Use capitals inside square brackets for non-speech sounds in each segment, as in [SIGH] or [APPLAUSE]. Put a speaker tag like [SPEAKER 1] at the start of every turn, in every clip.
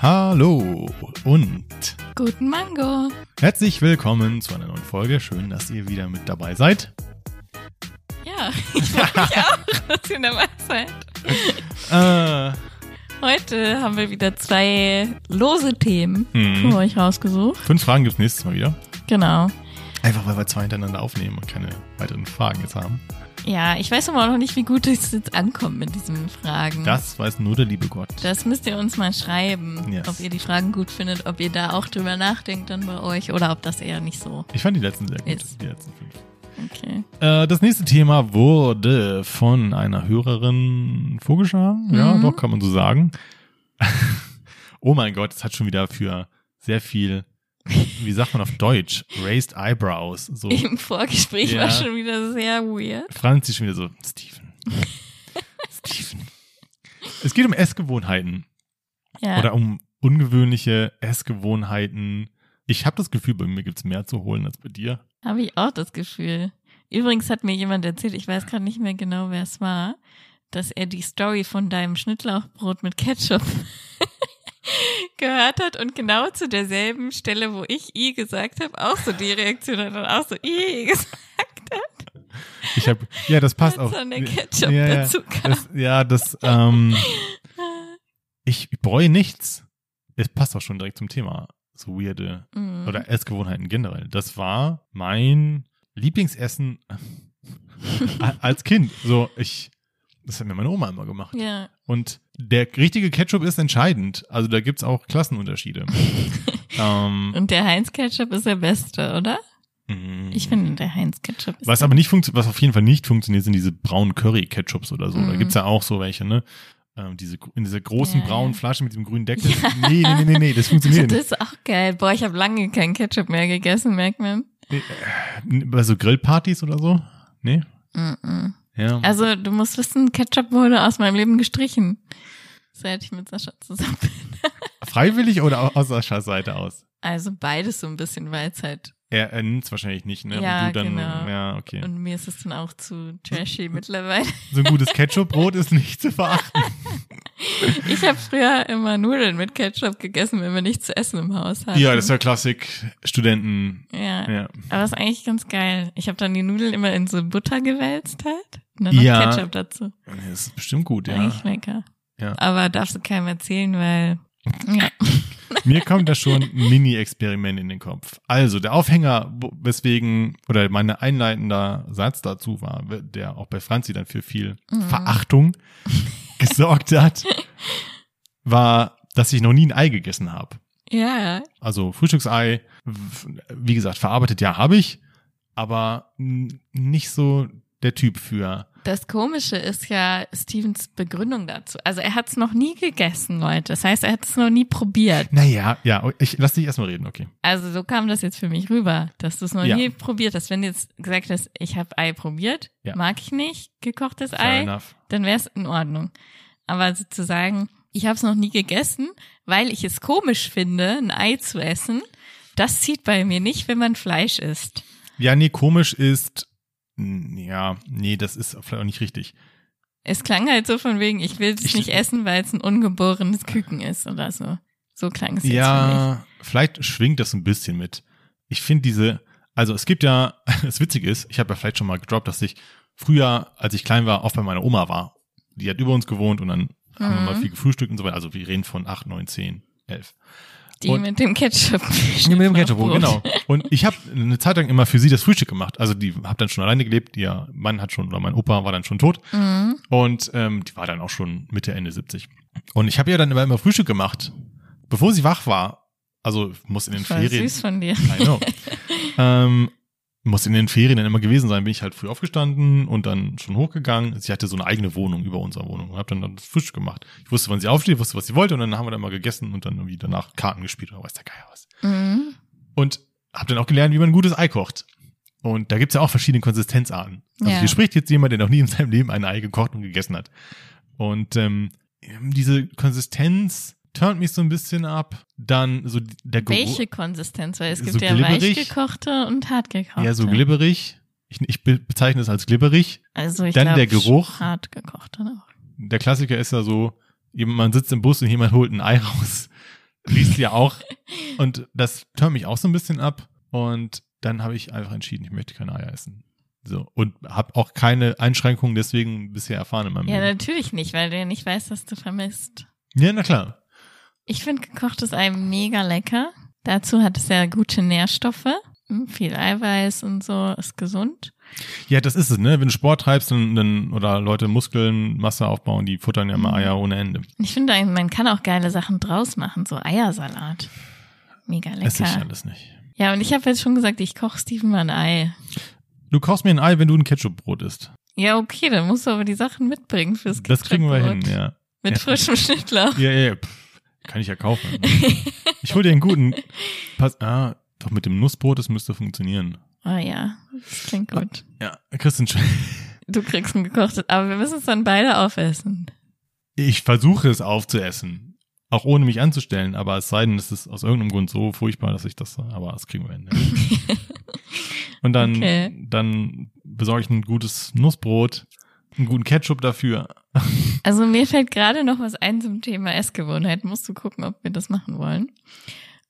[SPEAKER 1] Hallo und
[SPEAKER 2] Guten Mango.
[SPEAKER 1] herzlich willkommen zu einer neuen Folge. Schön, dass ihr wieder mit dabei seid.
[SPEAKER 2] Ja, [LAUGHS] ich freue mich auch, dass ihr dabei seid.
[SPEAKER 1] Äh,
[SPEAKER 2] Heute haben wir wieder zwei lose Themen
[SPEAKER 1] Mhm.
[SPEAKER 2] für euch rausgesucht.
[SPEAKER 1] fünf Fragen gibt es nächstes Mal wieder.
[SPEAKER 2] Genau.
[SPEAKER 1] Einfach weil wir zwei hintereinander aufnehmen und keine weiteren Fragen jetzt haben.
[SPEAKER 2] Ja, ich weiß aber auch noch nicht, wie gut es jetzt ankommt mit diesen Fragen.
[SPEAKER 1] Das weiß nur der liebe Gott.
[SPEAKER 2] Das müsst ihr uns mal schreiben,
[SPEAKER 1] Yes.
[SPEAKER 2] ob ihr die Fragen gut findet, ob ihr da auch drüber nachdenkt dann bei euch oder ob das eher nicht so.
[SPEAKER 1] Ich fand die letzten sehr gut.
[SPEAKER 2] Yes.
[SPEAKER 1] Die letzten fünf.
[SPEAKER 2] Okay.
[SPEAKER 1] Äh, das nächste Thema wurde von einer Hörerin vorgeschlagen. Ja,
[SPEAKER 2] Mhm.
[SPEAKER 1] doch, kann man so sagen. [LAUGHS] oh mein Gott, es hat schon wieder für sehr viel, wie sagt man auf Deutsch, raised eyebrows.
[SPEAKER 2] [LAUGHS]
[SPEAKER 1] So
[SPEAKER 2] Im Vorgespräch
[SPEAKER 1] Ja.
[SPEAKER 2] war schon wieder sehr weird.
[SPEAKER 1] Franzi schon wieder so,
[SPEAKER 2] [LAUGHS]
[SPEAKER 1] Steven. Steven. Es geht um Essgewohnheiten
[SPEAKER 2] Ja.
[SPEAKER 1] oder um ungewöhnliche Essgewohnheiten. Ich habe das Gefühl, bei mir gibt's mehr zu holen als bei dir.
[SPEAKER 2] Habe ich auch das Gefühl. Übrigens hat mir jemand erzählt, ich weiß gerade nicht mehr genau, wer es war, dass er die Story von deinem Schnittlauchbrot mit Ketchup [LAUGHS] gehört hat und genau zu derselben Stelle, wo ich i gesagt habe, auch so die Reaktion hat und auch so i gesagt,
[SPEAKER 1] Ich habe, ja, das passt auch.
[SPEAKER 2] als dann der Ketchup
[SPEAKER 1] Ja, ja.
[SPEAKER 2] dazu kam.
[SPEAKER 1] Das, ja, das, ähm, ich bereue nichts. Es passt auch schon direkt zum Thema. So weirde
[SPEAKER 2] [LAUGHS] Mhm.
[SPEAKER 1] oder Essgewohnheiten generell. Das war mein Lieblingsessen äh,
[SPEAKER 2] [LAUGHS]
[SPEAKER 1] a- als Kind. So, ich, das hat mir meine Oma immer gemacht.
[SPEAKER 2] ja,
[SPEAKER 1] Und der richtige Ketchup ist entscheidend. Also da gibt's auch Klassenunterschiede.
[SPEAKER 2] [LAUGHS]
[SPEAKER 1] ähm,
[SPEAKER 2] und der Heinz-Ketchup ist der beste, oder?
[SPEAKER 1] mm.
[SPEAKER 2] Ich finde, der Heinz-Ketchup ist Also
[SPEAKER 1] was aber nicht funktioniert, was auf jeden Fall nicht funktioniert, sind diese braunen Curry-Ketchups oder so. Da
[SPEAKER 2] Mhm.
[SPEAKER 1] gibt's ja auch so welche, ne? Ähm, diese, in dieser großen
[SPEAKER 2] Ja,
[SPEAKER 1] braunen
[SPEAKER 2] ja.
[SPEAKER 1] Flasche mit dem grünen Deckel.
[SPEAKER 2] Ja.
[SPEAKER 1] Nee, nee, nee, nee, nee, das funktioniert
[SPEAKER 2] das
[SPEAKER 1] nicht.
[SPEAKER 2] ist auch geil. Boah, ich habe lange keinen Ketchup mehr gegessen, merkt man.
[SPEAKER 1] äh, Bei so Grillpartys oder so? Nee?
[SPEAKER 2] Mhm.
[SPEAKER 1] Ja.
[SPEAKER 2] Also, du musst wissen, Ketchup wurde aus meinem Leben gestrichen. Seit ich mit Sascha zusammen bin.
[SPEAKER 1] Freiwillig oder aus Saschas Seite aus?
[SPEAKER 2] Also beides so ein bisschen, weil es halt.
[SPEAKER 1] Er, er nimmt wahrscheinlich nicht, ne?
[SPEAKER 2] Ja,
[SPEAKER 1] Und du dann,
[SPEAKER 2] genau.
[SPEAKER 1] ja, okay.
[SPEAKER 2] Und mir ist es dann auch zu trashy mittlerweile.
[SPEAKER 1] so ein gutes Ketchupbrot ist nicht zu
[SPEAKER 2] [LAUGHS]
[SPEAKER 1] verachten.
[SPEAKER 2] Ich habe früher immer Nudeln mit Ketchup gegessen, wenn wir nichts zu essen im Haus hatten.
[SPEAKER 1] ja, das ist ja Klassik. Studenten.
[SPEAKER 2] ja.
[SPEAKER 1] Ja.
[SPEAKER 2] Aber ist eigentlich ganz geil. Ich habe dann die Nudeln immer in so Butter gewälzt halt. Und dann noch
[SPEAKER 1] Ja.
[SPEAKER 2] Ketchup dazu.
[SPEAKER 1] Das ist bestimmt gut,
[SPEAKER 2] Ja.
[SPEAKER 1] ja. [LAUGHS]
[SPEAKER 2] Eigentlich lecker.
[SPEAKER 1] Ja.
[SPEAKER 2] Aber darfst du keinem erzählen, weil. Ja.
[SPEAKER 1] Mir kommt da schon ein Mini-Experiment in den Kopf. Also, der Aufhänger, wo- weswegen, oder mein einleitender Satz dazu war, der auch bei Franzi dann für viel
[SPEAKER 2] Mhm.
[SPEAKER 1] Verachtung [LAUGHS] gesorgt hat, war, dass ich noch nie ein Ei gegessen habe.
[SPEAKER 2] ja.
[SPEAKER 1] Also Frühstücksei, w- wie gesagt, verarbeitet ja habe ich, aber n- nicht so der Typ für.
[SPEAKER 2] Das Komische ist ja Stevens Begründung dazu. Also er hat es noch nie gegessen, Leute. Das heißt, er hat es noch nie probiert.
[SPEAKER 1] Naja, ja, ich lass dich erstmal reden, okay.
[SPEAKER 2] Also so kam das jetzt für mich rüber, dass du es noch
[SPEAKER 1] Ja.
[SPEAKER 2] nie probiert hast. Wenn du jetzt gesagt hast, ich habe Ei probiert,
[SPEAKER 1] Ja.
[SPEAKER 2] mag ich nicht, gekochtes
[SPEAKER 1] Fair
[SPEAKER 2] Ei,
[SPEAKER 1] enough.
[SPEAKER 2] dann wäre es in Ordnung. Aber sozusagen, ich habe es noch nie gegessen, weil ich es komisch finde, ein Ei zu essen. Das zieht bei mir nicht, wenn man Fleisch isst.
[SPEAKER 1] Ja, nee, komisch ist, n- ja, nee, das ist vielleicht auch nicht richtig.
[SPEAKER 2] Es klang halt so von wegen, ich will es
[SPEAKER 1] Ich-
[SPEAKER 2] nicht essen, weil es ein ungeborenes Küken ist oder so. So klang es jetzt für mich.
[SPEAKER 1] Ja, vielleicht schwingt das ein bisschen mit. Ich finde diese, also es gibt ja, [LAUGHS] das Witzige ist, ich habe ja vielleicht schon mal gedroppt, dass ich früher, als ich klein war, oft bei meiner Oma war. Die hat über uns gewohnt und dann haben wir
[SPEAKER 2] Mhm.
[SPEAKER 1] mal viel gefrühstückt und so weiter. Also wir reden von 8, 9, 10, 11.
[SPEAKER 2] Die
[SPEAKER 1] Und-
[SPEAKER 2] mit dem
[SPEAKER 1] [LAUGHS]
[SPEAKER 2] Ketchup.
[SPEAKER 1] Ja, mit dem Ketchup,
[SPEAKER 2] Brot.
[SPEAKER 1] genau. [LAUGHS] Und ich habe eine Zeit lang immer für sie das Frühstück gemacht. Also die habe dann schon alleine gelebt. Ihr Mann hat schon, oder mein Opa war dann schon tot.
[SPEAKER 2] Mhm.
[SPEAKER 1] Und ähm, die war dann auch schon Mitte, Ende 70. Und ich habe ihr dann immer, immer Frühstück gemacht, bevor sie wach war. Also muss in den
[SPEAKER 2] Voll
[SPEAKER 1] Ferien.
[SPEAKER 2] süß von dir.
[SPEAKER 1] [LAUGHS] I know. ähm, muss in den Ferien dann immer gewesen sein. Bin ich halt früh aufgestanden und dann schon hochgegangen. Sie hatte so eine eigene Wohnung über unserer Wohnung und habe dann, dann das Frühstück gemacht. Ich wusste, wann sie aufsteht, wusste, was sie wollte und dann haben wir dann mal gegessen und dann irgendwie danach Karten gespielt oder weiß der Geier was.
[SPEAKER 2] Mhm.
[SPEAKER 1] Und habe dann auch gelernt, wie man ein gutes Ei kocht. Und da gibt's ja auch verschiedene Konsistenzarten. Also
[SPEAKER 2] Ja.
[SPEAKER 1] hier spricht jetzt jemand, der noch nie in seinem Leben ein Ei gekocht und gegessen hat. Und ähm, diese Konsistenz turnt mich so ein bisschen ab. Dann so der Geruch-
[SPEAKER 2] Welche Konsistenz? Weil es
[SPEAKER 1] So
[SPEAKER 2] gibt ja weich
[SPEAKER 1] glibberig.
[SPEAKER 2] gekochte und hart gekochte.
[SPEAKER 1] Ja, so glibberig. Ich, ich be- bezeichne es als glibberig.
[SPEAKER 2] Also ich
[SPEAKER 1] Dann
[SPEAKER 2] glaub,
[SPEAKER 1] der Geruch.
[SPEAKER 2] Hart gekocht. Oder?
[SPEAKER 1] Der Klassiker ist ja so, jemand- man sitzt im Bus und jemand holt ein Ei raus. liest ja
[SPEAKER 2] [LAUGHS]
[SPEAKER 1] auch. Und das tört mich auch so ein bisschen ab. Und dann habe ich einfach entschieden, ich möchte keine Eier essen. So. Und habe auch keine Einschränkungen deswegen bisher erfahren in meinem
[SPEAKER 2] Ja,
[SPEAKER 1] Leben.
[SPEAKER 2] natürlich nicht, weil du ja nicht weißt, was du vermisst.
[SPEAKER 1] Ja, na klar.
[SPEAKER 2] Ich finde gekochtes Ei mega lecker. Dazu hat es ja gute Nährstoffe. Hm, Viel Eiweiß und so ist gesund.
[SPEAKER 1] Ja, das ist es, ne? Wenn du Sport treibst dann, dann, oder Leute Muskeln, Masse aufbauen, die futtern ja immer
[SPEAKER 2] Mhm.
[SPEAKER 1] Eier ohne Ende.
[SPEAKER 2] Ich finde, ein- man kann auch geile Sachen draus machen, so Eiersalat. Mega
[SPEAKER 1] Esse ich
[SPEAKER 2] lecker.
[SPEAKER 1] alles nicht.
[SPEAKER 2] Ja, und ich habe jetzt schon gesagt, ich koche Steven mal ein Ei.
[SPEAKER 1] Du kochst mir ein Ei, wenn du ein Ketchupbrot isst.
[SPEAKER 2] Ja, okay, dann musst du aber die Sachen mitbringen fürs
[SPEAKER 1] Das kriegen wir hin,
[SPEAKER 2] Ketchupbrot.
[SPEAKER 1] ja.
[SPEAKER 2] Mit
[SPEAKER 1] Ja.
[SPEAKER 2] frischem Schnittlauch.
[SPEAKER 1] Ja, ja, ja. Pff, kann ich ja kaufen. ich hol dir einen guten. Pass, ah, doch mit dem Nussbrot, das müsste funktionieren.
[SPEAKER 2] Oh ja, das klingt gut.
[SPEAKER 1] Ja, Christian,
[SPEAKER 2] Du kriegst ein gekochtes, aber wir müssen es dann beide aufessen.
[SPEAKER 1] ich versuche es aufzuessen. Auch ohne mich anzustellen, aber es sei denn, es ist aus irgendeinem Grund so furchtbar, dass ich das, aber das kriegen wir hin. ja. Und dann,
[SPEAKER 2] Okay.
[SPEAKER 1] dann besorge ich ein gutes Nussbrot, einen guten Ketchup dafür.
[SPEAKER 2] Also mir fällt gerade noch was ein zum Thema Essgewohnheit. Musst du gucken, ob wir das machen wollen.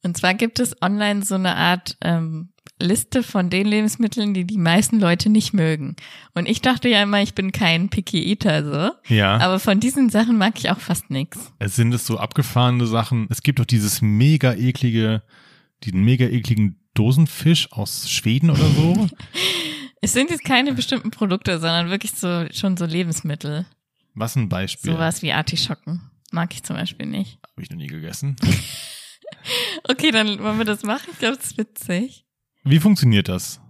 [SPEAKER 2] Und zwar gibt es online so eine Art ähm, Liste von den Lebensmitteln, die die meisten Leute nicht mögen. Und ich dachte ja immer, ich bin kein Picky Eater so.
[SPEAKER 1] Ja.
[SPEAKER 2] Aber von diesen Sachen mag ich auch fast nichts.
[SPEAKER 1] Es sind es so abgefahrene Sachen. Es gibt doch dieses mega eklige, diesen mega ekligen Dosenfisch aus Schweden oder so.
[SPEAKER 2] Es sind jetzt keine bestimmten Produkte, sondern wirklich so schon so Lebensmittel.
[SPEAKER 1] Was ein Beispiel.
[SPEAKER 2] Sowas wie Artischocken. Mag ich zum Beispiel nicht.
[SPEAKER 1] Habe ich noch nie gegessen.
[SPEAKER 2] Okay, dann wollen wir das machen. Ich glaube, das ist witzig.
[SPEAKER 1] Wie funktioniert das?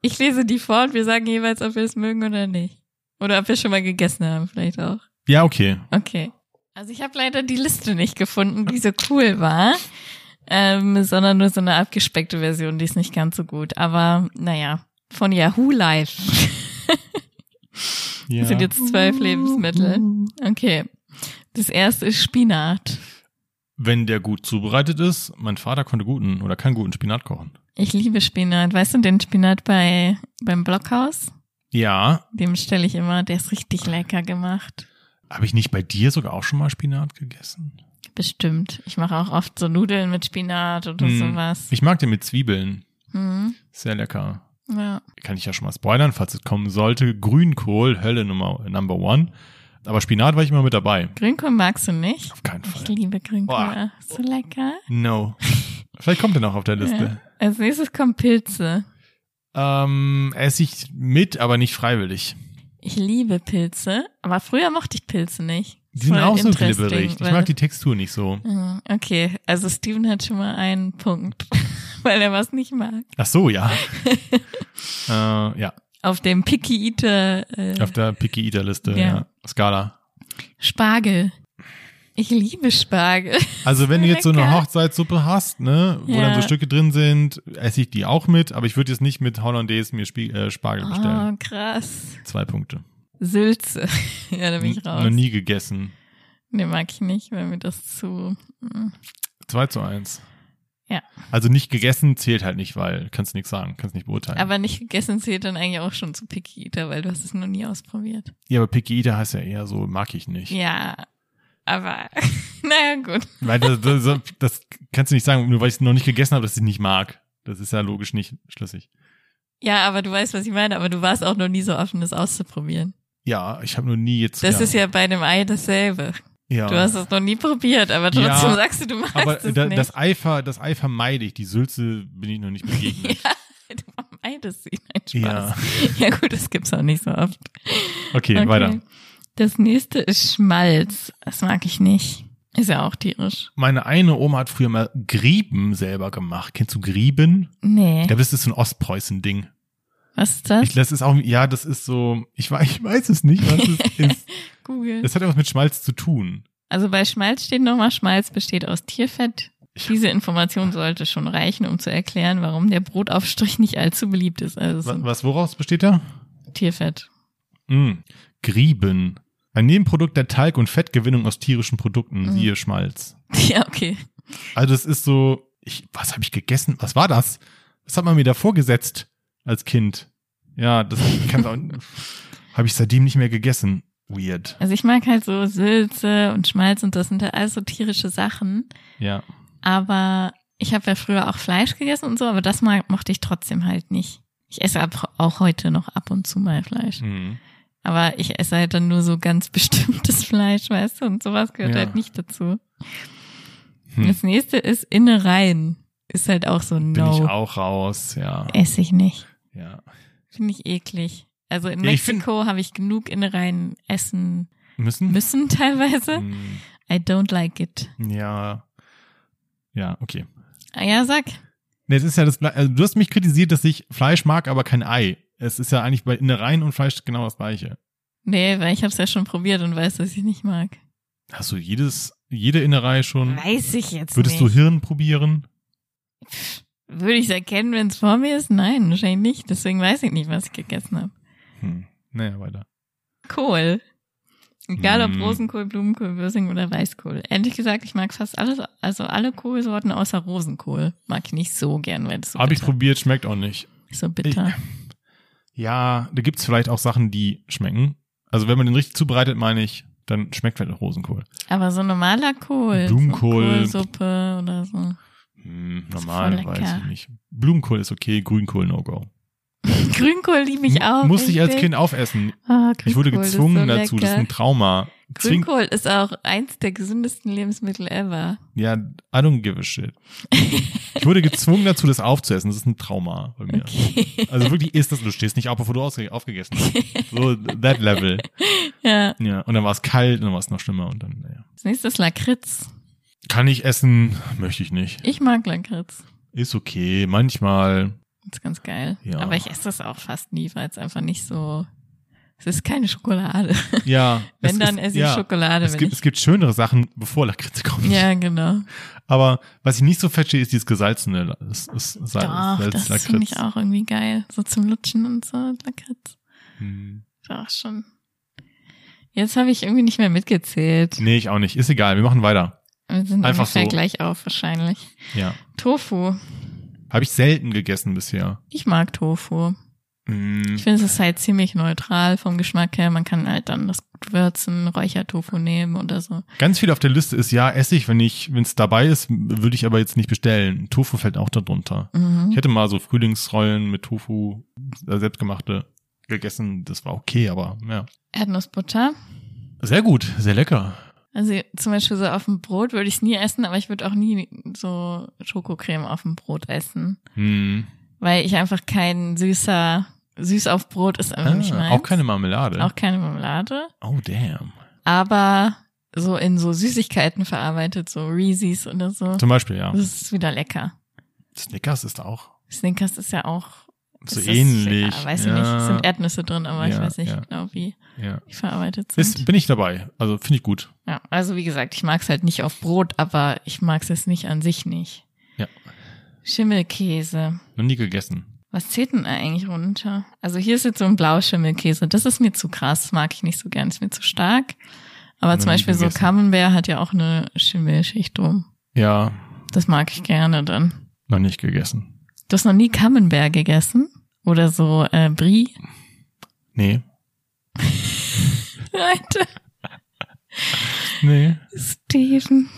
[SPEAKER 2] Ich lese die vor und wir sagen jeweils, ob wir es mögen oder nicht. Oder ob wir schon mal gegessen haben, vielleicht auch.
[SPEAKER 1] Ja, okay.
[SPEAKER 2] Okay. Also ich habe leider die Liste nicht gefunden, die so cool war. Ähm, sondern nur so eine abgespeckte Version, die ist nicht ganz so gut. Aber naja, von Yahoo [LAUGHS] Live
[SPEAKER 1] Ja.
[SPEAKER 2] sind jetzt zwölf Lebensmittel. Okay. Das erste ist Spinat.
[SPEAKER 1] Wenn der gut zubereitet ist, mein Vater konnte guten oder kann guten Spinat kochen.
[SPEAKER 2] Ich liebe Spinat. Weißt du den Spinat bei beim Blockhaus?
[SPEAKER 1] Ja,
[SPEAKER 2] Dem stelle ich immer, der ist richtig lecker gemacht.
[SPEAKER 1] habe ich nicht bei dir sogar auch schon mal Spinat gegessen?
[SPEAKER 2] Bestimmt. Ich mache auch oft so Nudeln mit Spinat oder
[SPEAKER 1] Hm.
[SPEAKER 2] sowas.
[SPEAKER 1] Ich mag den mit Zwiebeln.
[SPEAKER 2] Hm.
[SPEAKER 1] Sehr lecker.
[SPEAKER 2] Ja.
[SPEAKER 1] Kann ich ja schon mal spoilern, falls es kommen sollte. Grünkohl, Hölle Nummer, Number One. Aber Spinat war ich immer mit dabei.
[SPEAKER 2] Grünkohl magst du nicht?
[SPEAKER 1] Auf keinen
[SPEAKER 2] Ich
[SPEAKER 1] Fall.
[SPEAKER 2] liebe Grünkohl.
[SPEAKER 1] Boah.
[SPEAKER 2] So lecker. [LAUGHS]
[SPEAKER 1] No. Vielleicht kommt er noch auf der
[SPEAKER 2] Ja.
[SPEAKER 1] Liste.
[SPEAKER 2] Als nächstes kommen Pilze.
[SPEAKER 1] Ähm, esse ich mit, aber nicht freiwillig.
[SPEAKER 2] Ich liebe Pilze, aber früher mochte ich Pilze nicht.
[SPEAKER 1] Die sind
[SPEAKER 2] Voll
[SPEAKER 1] auch so
[SPEAKER 2] interesting,
[SPEAKER 1] glibberig. Ich
[SPEAKER 2] weil-
[SPEAKER 1] mag die Textur nicht so.
[SPEAKER 2] Ja, Okay, also Steven hat schon mal einen Punkt, [LAUGHS] weil er was nicht mag.
[SPEAKER 1] Ach so,
[SPEAKER 2] [LAUGHS]
[SPEAKER 1] ja. äh, ja,
[SPEAKER 2] Auf dem Picky Eater äh,
[SPEAKER 1] auf der Picky Eater Liste,
[SPEAKER 2] Ja.
[SPEAKER 1] ja. Skala.
[SPEAKER 2] Spargel. Ich liebe Spargel.
[SPEAKER 1] Also wenn du jetzt so eine
[SPEAKER 2] Lecker.
[SPEAKER 1] Hochzeitssuppe hast, ne, wo
[SPEAKER 2] Ja.
[SPEAKER 1] dann so Stücke drin sind, esse ich die auch mit, aber ich würde jetzt nicht mit Hollandaise mir Spie äh, Spargel bestellen.
[SPEAKER 2] Oh, krass.
[SPEAKER 1] Zwei Punkte.
[SPEAKER 2] Sülze. [LAUGHS] ja, da bin ich
[SPEAKER 1] N-
[SPEAKER 2] raus.
[SPEAKER 1] Noch nie gegessen.
[SPEAKER 2] Nee, mag ich nicht, weil mir das zu. mm.
[SPEAKER 1] 2 zu 1.
[SPEAKER 2] Ja.
[SPEAKER 1] Also nicht gegessen zählt halt nicht, weil kannst nichts sagen, kannst nicht beurteilen.
[SPEAKER 2] Aber nicht gegessen zählt dann eigentlich auch schon zu Picky Eater, weil du hast es noch nie ausprobiert.
[SPEAKER 1] ja, aber Picky Eater heißt ja eher so, mag ich nicht.
[SPEAKER 2] Ja. Aber, [LAUGHS] naja, gut.
[SPEAKER 1] Weil das, das, das kannst du nicht sagen, nur weil ich es noch nicht gegessen habe, dass ich es nicht mag. Das ist ja logisch nicht schlüssig.
[SPEAKER 2] Ja, aber du weißt, was ich meine, aber du warst auch noch nie so offen, das auszuprobieren.
[SPEAKER 1] Ja, ich habe noch nie jetzt.
[SPEAKER 2] Das ist ja bei dem Ei dasselbe.
[SPEAKER 1] ja.
[SPEAKER 2] Du hast es noch nie probiert, aber trotzdem
[SPEAKER 1] Ja,
[SPEAKER 2] sagst du, du magst
[SPEAKER 1] aber
[SPEAKER 2] es
[SPEAKER 1] da,
[SPEAKER 2] nicht. [LAUGHS]
[SPEAKER 1] das Ei ver, das Ei vermeide ich. Die Sülze bin ich noch nicht
[SPEAKER 2] [LAUGHS]
[SPEAKER 1] begegnet.
[SPEAKER 2] ja, du vermeidest sie. Nein,
[SPEAKER 1] Ja.
[SPEAKER 2] halt Spaß. Ja. gut, das gibt's auch nicht so oft.
[SPEAKER 1] Okay, weiter.
[SPEAKER 2] Das nächste ist Schmalz. Das mag ich nicht. Ist ja auch tierisch.
[SPEAKER 1] Meine eine Oma hat früher mal Grieben selber gemacht. Kennst du Grieben?
[SPEAKER 2] Nee.
[SPEAKER 1] Ich glaube, das ist so ein Ostpreußen-Ding.
[SPEAKER 2] Was ist das?
[SPEAKER 1] Ich, das ist auch, ja, das ist so, ich, wei- ich weiß es nicht, was es
[SPEAKER 2] [LAUGHS]
[SPEAKER 1] ist.
[SPEAKER 2] Google.
[SPEAKER 1] Das hat etwas mit Schmalz zu tun.
[SPEAKER 2] also bei Schmalz steht nochmal, Schmalz besteht aus Tierfett. Diese Information sollte schon reichen, um zu erklären, warum der Brotaufstrich nicht allzu beliebt ist. Also es
[SPEAKER 1] Was,
[SPEAKER 2] ist
[SPEAKER 1] was woraus besteht da?
[SPEAKER 2] Tierfett. [LAUGHS]
[SPEAKER 1] Mm. Grieben. Ein Nebenprodukt der Talg- und Fettgewinnung aus tierischen Produkten,
[SPEAKER 2] Mhm.
[SPEAKER 1] siehe Schmalz.
[SPEAKER 2] Ja, okay.
[SPEAKER 1] Also es ist so, ich, was habe ich gegessen? Was war das? Was hat man mir da vorgesetzt als Kind? Ja, das kann auch. habe ich seitdem nicht mehr gegessen. Weird.
[SPEAKER 2] Also ich mag halt so Sülze und Schmalz und das sind halt alles so tierische Sachen.
[SPEAKER 1] Ja.
[SPEAKER 2] Aber ich habe ja früher auch Fleisch gegessen und so, aber das mal mochte ich trotzdem halt nicht. Ich esse ab, auch heute noch ab und zu mal Fleisch.
[SPEAKER 1] Mhm.
[SPEAKER 2] Aber ich esse halt dann nur so ganz bestimmtes [LAUGHS] Fleisch, weißt du, und sowas gehört
[SPEAKER 1] Ja.
[SPEAKER 2] halt nicht dazu.
[SPEAKER 1] Hm.
[SPEAKER 2] Das nächste ist Innereien. Ist halt auch so ein
[SPEAKER 1] Bin ich
[SPEAKER 2] No.
[SPEAKER 1] auch raus, ja.
[SPEAKER 2] Esse ich nicht.
[SPEAKER 1] ja.
[SPEAKER 2] Finde ich eklig. Also in
[SPEAKER 1] Ja, ich find-
[SPEAKER 2] Mexiko habe ich genug Innereien essen
[SPEAKER 1] Müssen?
[SPEAKER 2] müssen [LAUGHS] teilweise.
[SPEAKER 1] Mhm.
[SPEAKER 2] I don't like it.
[SPEAKER 1] Ja. Ja, okay.
[SPEAKER 2] Ah Ja, sag.
[SPEAKER 1] Nee, Es ist ja das, Gle- also du hast mich kritisiert, dass ich Fleisch mag, aber kein Ei. Es ist ja eigentlich bei Innereien und Fleisch genau das gleiche.
[SPEAKER 2] Nee, weil ich habe es ja schon probiert und weiß, dass ich nicht mag.
[SPEAKER 1] Hast du jedes, jede Innerei schon?
[SPEAKER 2] Weiß ich jetzt
[SPEAKER 1] Würdest du
[SPEAKER 2] nicht.
[SPEAKER 1] Hirn probieren?
[SPEAKER 2] Würde ich es erkennen, wenn es vor mir ist? Nein, wahrscheinlich nicht. Deswegen weiß ich nicht, was ich gegessen habe.
[SPEAKER 1] Hm. Naja, weiter.
[SPEAKER 2] Kohl. Egal ob
[SPEAKER 1] Mm.
[SPEAKER 2] Rosenkohl, Blumenkohl, Würsing oder Weißkohl. Ehrlich gesagt, ich mag fast alles, also alle Kohlsorten außer Rosenkohl. Mag ich nicht so gern, weil das so
[SPEAKER 1] Hab ich
[SPEAKER 2] bitter,
[SPEAKER 1] probiert, schmeckt auch nicht.
[SPEAKER 2] so bitter.
[SPEAKER 1] Ja, da gibt's vielleicht auch Sachen, die schmecken. Also wenn man den richtig zubereitet, meine ich, dann schmeckt vielleicht auch Rosenkohl.
[SPEAKER 2] Aber so normaler Kohl.
[SPEAKER 1] Blumenkohl.
[SPEAKER 2] So Kohlsuppe oder so.
[SPEAKER 1] Hm,
[SPEAKER 2] Ist
[SPEAKER 1] normal
[SPEAKER 2] voll
[SPEAKER 1] weiß
[SPEAKER 2] lecker.
[SPEAKER 1] ich nicht. Blumenkohl ist okay, Grünkohl no go.
[SPEAKER 2] Grünkohl liebe ich auch.
[SPEAKER 1] Musste ich als
[SPEAKER 2] richtig.
[SPEAKER 1] Kind aufessen.
[SPEAKER 2] Ah,
[SPEAKER 1] Ich wurde
[SPEAKER 2] Grünkohl ist
[SPEAKER 1] gezwungen
[SPEAKER 2] so
[SPEAKER 1] dazu. Das ist
[SPEAKER 2] lecker.
[SPEAKER 1] ein Trauma. Zwing,
[SPEAKER 2] Grünkohl ist auch eins der gesündesten Lebensmittel ever.
[SPEAKER 1] ja, I don't give a shit. Ich wurde gezwungen dazu, das aufzuessen. Das ist ein Trauma bei mir.
[SPEAKER 2] Okay. [LAUGHS]
[SPEAKER 1] Also wirklich ist das, du stehst nicht auf, bevor du ausge- aufgegessen hast. So, that level.
[SPEAKER 2] ja.
[SPEAKER 1] Ja, und dann war es kalt und dann war es noch schlimmer und dann, naja.
[SPEAKER 2] Das nächste ist Lakritz.
[SPEAKER 1] Kann ich essen? Möchte ich nicht.
[SPEAKER 2] Ich mag Lakritz.
[SPEAKER 1] Ist okay, manchmal.
[SPEAKER 2] Das ist ganz geil.
[SPEAKER 1] Ja.
[SPEAKER 2] Aber ich esse das auch fast nie, weil es einfach nicht so. Es ist keine Schokolade.
[SPEAKER 1] Ja.
[SPEAKER 2] [LAUGHS] Wenn
[SPEAKER 1] es
[SPEAKER 2] dann
[SPEAKER 1] ist-
[SPEAKER 2] esse ich
[SPEAKER 1] ja,
[SPEAKER 2] Schokolade,
[SPEAKER 1] Es
[SPEAKER 2] wenn
[SPEAKER 1] gibt, es
[SPEAKER 2] ich.
[SPEAKER 1] gibt schönere Sachen, bevor Lakritze kommt.
[SPEAKER 2] Ja, genau.
[SPEAKER 1] Aber was ich nicht so verstehe, ist dieses gesalzene La- es- es- Sal-
[SPEAKER 2] Doch,
[SPEAKER 1] Salz-
[SPEAKER 2] das finde ich auch irgendwie geil. So zum Lutschen und so, Lakritz.
[SPEAKER 1] Hm.
[SPEAKER 2] Doch, schon. Jetzt habe ich irgendwie nicht mehr mitgezählt.
[SPEAKER 1] Nee, ich auch nicht. Ist egal, wir machen weiter.
[SPEAKER 2] Wir sind
[SPEAKER 1] Einfach
[SPEAKER 2] ungefähr
[SPEAKER 1] so.
[SPEAKER 2] gleich auf wahrscheinlich.
[SPEAKER 1] Ja.
[SPEAKER 2] Tofu.
[SPEAKER 1] Habe ich selten gegessen bisher.
[SPEAKER 2] Ich mag Tofu.
[SPEAKER 1] Hm.
[SPEAKER 2] Ich finde, es ist halt ziemlich neutral vom Geschmack her. Man kann halt dann das gut würzen, Räuchertofu nehmen oder so.
[SPEAKER 1] Ganz viel auf der Liste ist ja Essig, wenn ich, wenn es dabei ist, würde ich aber jetzt nicht bestellen. Tofu fällt auch darunter.
[SPEAKER 2] Mhm.
[SPEAKER 1] Ich hätte mal so Frühlingsrollen mit Tofu, äh, selbstgemachte, gegessen. Das war okay, aber ja.
[SPEAKER 2] Erdnussbutter.
[SPEAKER 1] Sehr gut, sehr lecker.
[SPEAKER 2] Also zum Beispiel so auf dem Brot würde ich es nie essen, aber ich würde auch nie so Schokocreme auf dem Brot essen,
[SPEAKER 1] Hm.
[SPEAKER 2] weil ich einfach kein süßer, süß auf Brot ist einfach nicht
[SPEAKER 1] Ah,
[SPEAKER 2] meins.
[SPEAKER 1] auch keine Marmelade.
[SPEAKER 2] Auch keine Marmelade,
[SPEAKER 1] oh, damn.
[SPEAKER 2] aber so in so Süßigkeiten verarbeitet, so Reese's oder so.
[SPEAKER 1] Zum Beispiel, ja.
[SPEAKER 2] Das ist wieder lecker.
[SPEAKER 1] Snickers ist auch
[SPEAKER 2] Snickers ist ja auch
[SPEAKER 1] so
[SPEAKER 2] ist das-
[SPEAKER 1] ähnlich.
[SPEAKER 2] Ja, weiß
[SPEAKER 1] ja.
[SPEAKER 2] ich nicht. Es sind Erdnüsse drin, aber ich
[SPEAKER 1] Ja,
[SPEAKER 2] weiß nicht
[SPEAKER 1] ja.
[SPEAKER 2] genau, wie
[SPEAKER 1] ja.
[SPEAKER 2] die verarbeitet sind.
[SPEAKER 1] ist, Bin ich dabei. Also finde ich gut.
[SPEAKER 2] Ja, also wie gesagt, ich mag's halt nicht auf Brot, aber ich mag's jetzt nicht an sich nicht.
[SPEAKER 1] Ja.
[SPEAKER 2] Schimmelkäse.
[SPEAKER 1] Noch nie gegessen.
[SPEAKER 2] Was zählt denn da eigentlich runter? Also hier ist jetzt so ein Blauschimmelkäse. Das ist mir zu krass, mag ich nicht so gern, ist mir zu stark. Aber
[SPEAKER 1] Noch
[SPEAKER 2] zum
[SPEAKER 1] nie
[SPEAKER 2] Beispiel so
[SPEAKER 1] gegessen.
[SPEAKER 2] Camembert hat ja auch eine Schimmelschicht drum.
[SPEAKER 1] Ja,
[SPEAKER 2] Das mag ich gerne dann.
[SPEAKER 1] noch nicht gegessen.
[SPEAKER 2] Du hast noch nie Camembert gegessen? Oder so äh, Brie? [LAUGHS]
[SPEAKER 1] Nee.
[SPEAKER 2] Alter,
[SPEAKER 1] Nee.
[SPEAKER 2] Steven.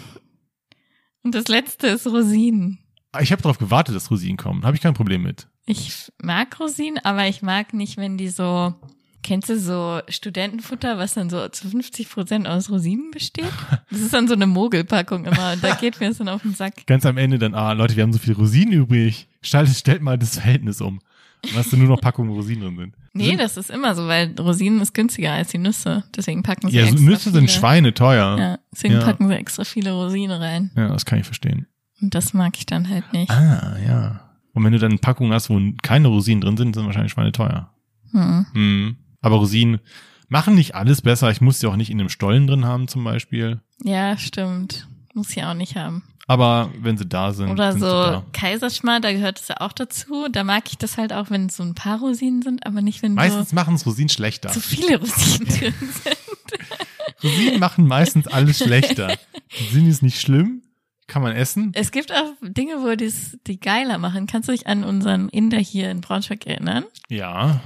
[SPEAKER 2] Und das letzte ist Rosinen.
[SPEAKER 1] Ah, Ich habe darauf gewartet, dass Rosinen kommen. Habe ich kein Problem mit.
[SPEAKER 2] Ich mag Rosinen, aber ich mag nicht, wenn die so. Kennst du so Studentenfutter, was dann so zu 50 Prozent aus Rosinen besteht? Das ist dann so eine Mogelpackung immer und da
[SPEAKER 1] [LAUGHS]
[SPEAKER 2] geht mir das dann auf den Sack.
[SPEAKER 1] Ganz am Ende dann, ah, Leute, wir haben so viele Rosinen übrig. Stellt, stellt mal das Verhältnis um. Dann hast du nur noch Packungen Rosinen drin sind.
[SPEAKER 2] Nee,
[SPEAKER 1] sind,
[SPEAKER 2] das ist immer so, weil Rosinen ist günstiger als die Nüsse. Deswegen packen sie
[SPEAKER 1] Ja,
[SPEAKER 2] extra
[SPEAKER 1] Nüsse
[SPEAKER 2] viele.
[SPEAKER 1] sind Schweine teuer. Ja.
[SPEAKER 2] Ja, deswegen
[SPEAKER 1] Ja.
[SPEAKER 2] packen sie extra viele Rosinen rein.
[SPEAKER 1] das kann ich verstehen.
[SPEAKER 2] Und das mag ich dann halt nicht.
[SPEAKER 1] Ah, ja. Und wenn du dann Packungen hast, wo keine Rosinen drin sind, sind wahrscheinlich Schweine teuer.
[SPEAKER 2] Hm.
[SPEAKER 1] Hm. Aber Rosinen machen nicht alles besser. Ich muss sie auch nicht in einem Stollen drin haben, zum Beispiel.
[SPEAKER 2] Ja, stimmt. Muss ich auch nicht haben.
[SPEAKER 1] Aber wenn sie da sind,
[SPEAKER 2] Oder
[SPEAKER 1] sind sie
[SPEAKER 2] so
[SPEAKER 1] da.
[SPEAKER 2] Kaiserschmarrn, da gehört es ja auch dazu. Da mag ich das halt auch, wenn es so ein paar Rosinen sind, aber nicht, wenn
[SPEAKER 1] Meistens machen es Rosinen schlechter.
[SPEAKER 2] so zu viele Rosinen drin sind.
[SPEAKER 1] Rosinen machen meistens alles
[SPEAKER 2] [LAUGHS]
[SPEAKER 1] schlechter. Rosinen ist nicht schlimm, kann man essen.
[SPEAKER 2] [LAUGHS] Es gibt auch Dinge, wo die's, die geiler machen. Kannst du dich an unseren Inder hier in Braunschweig erinnern?
[SPEAKER 1] Ja.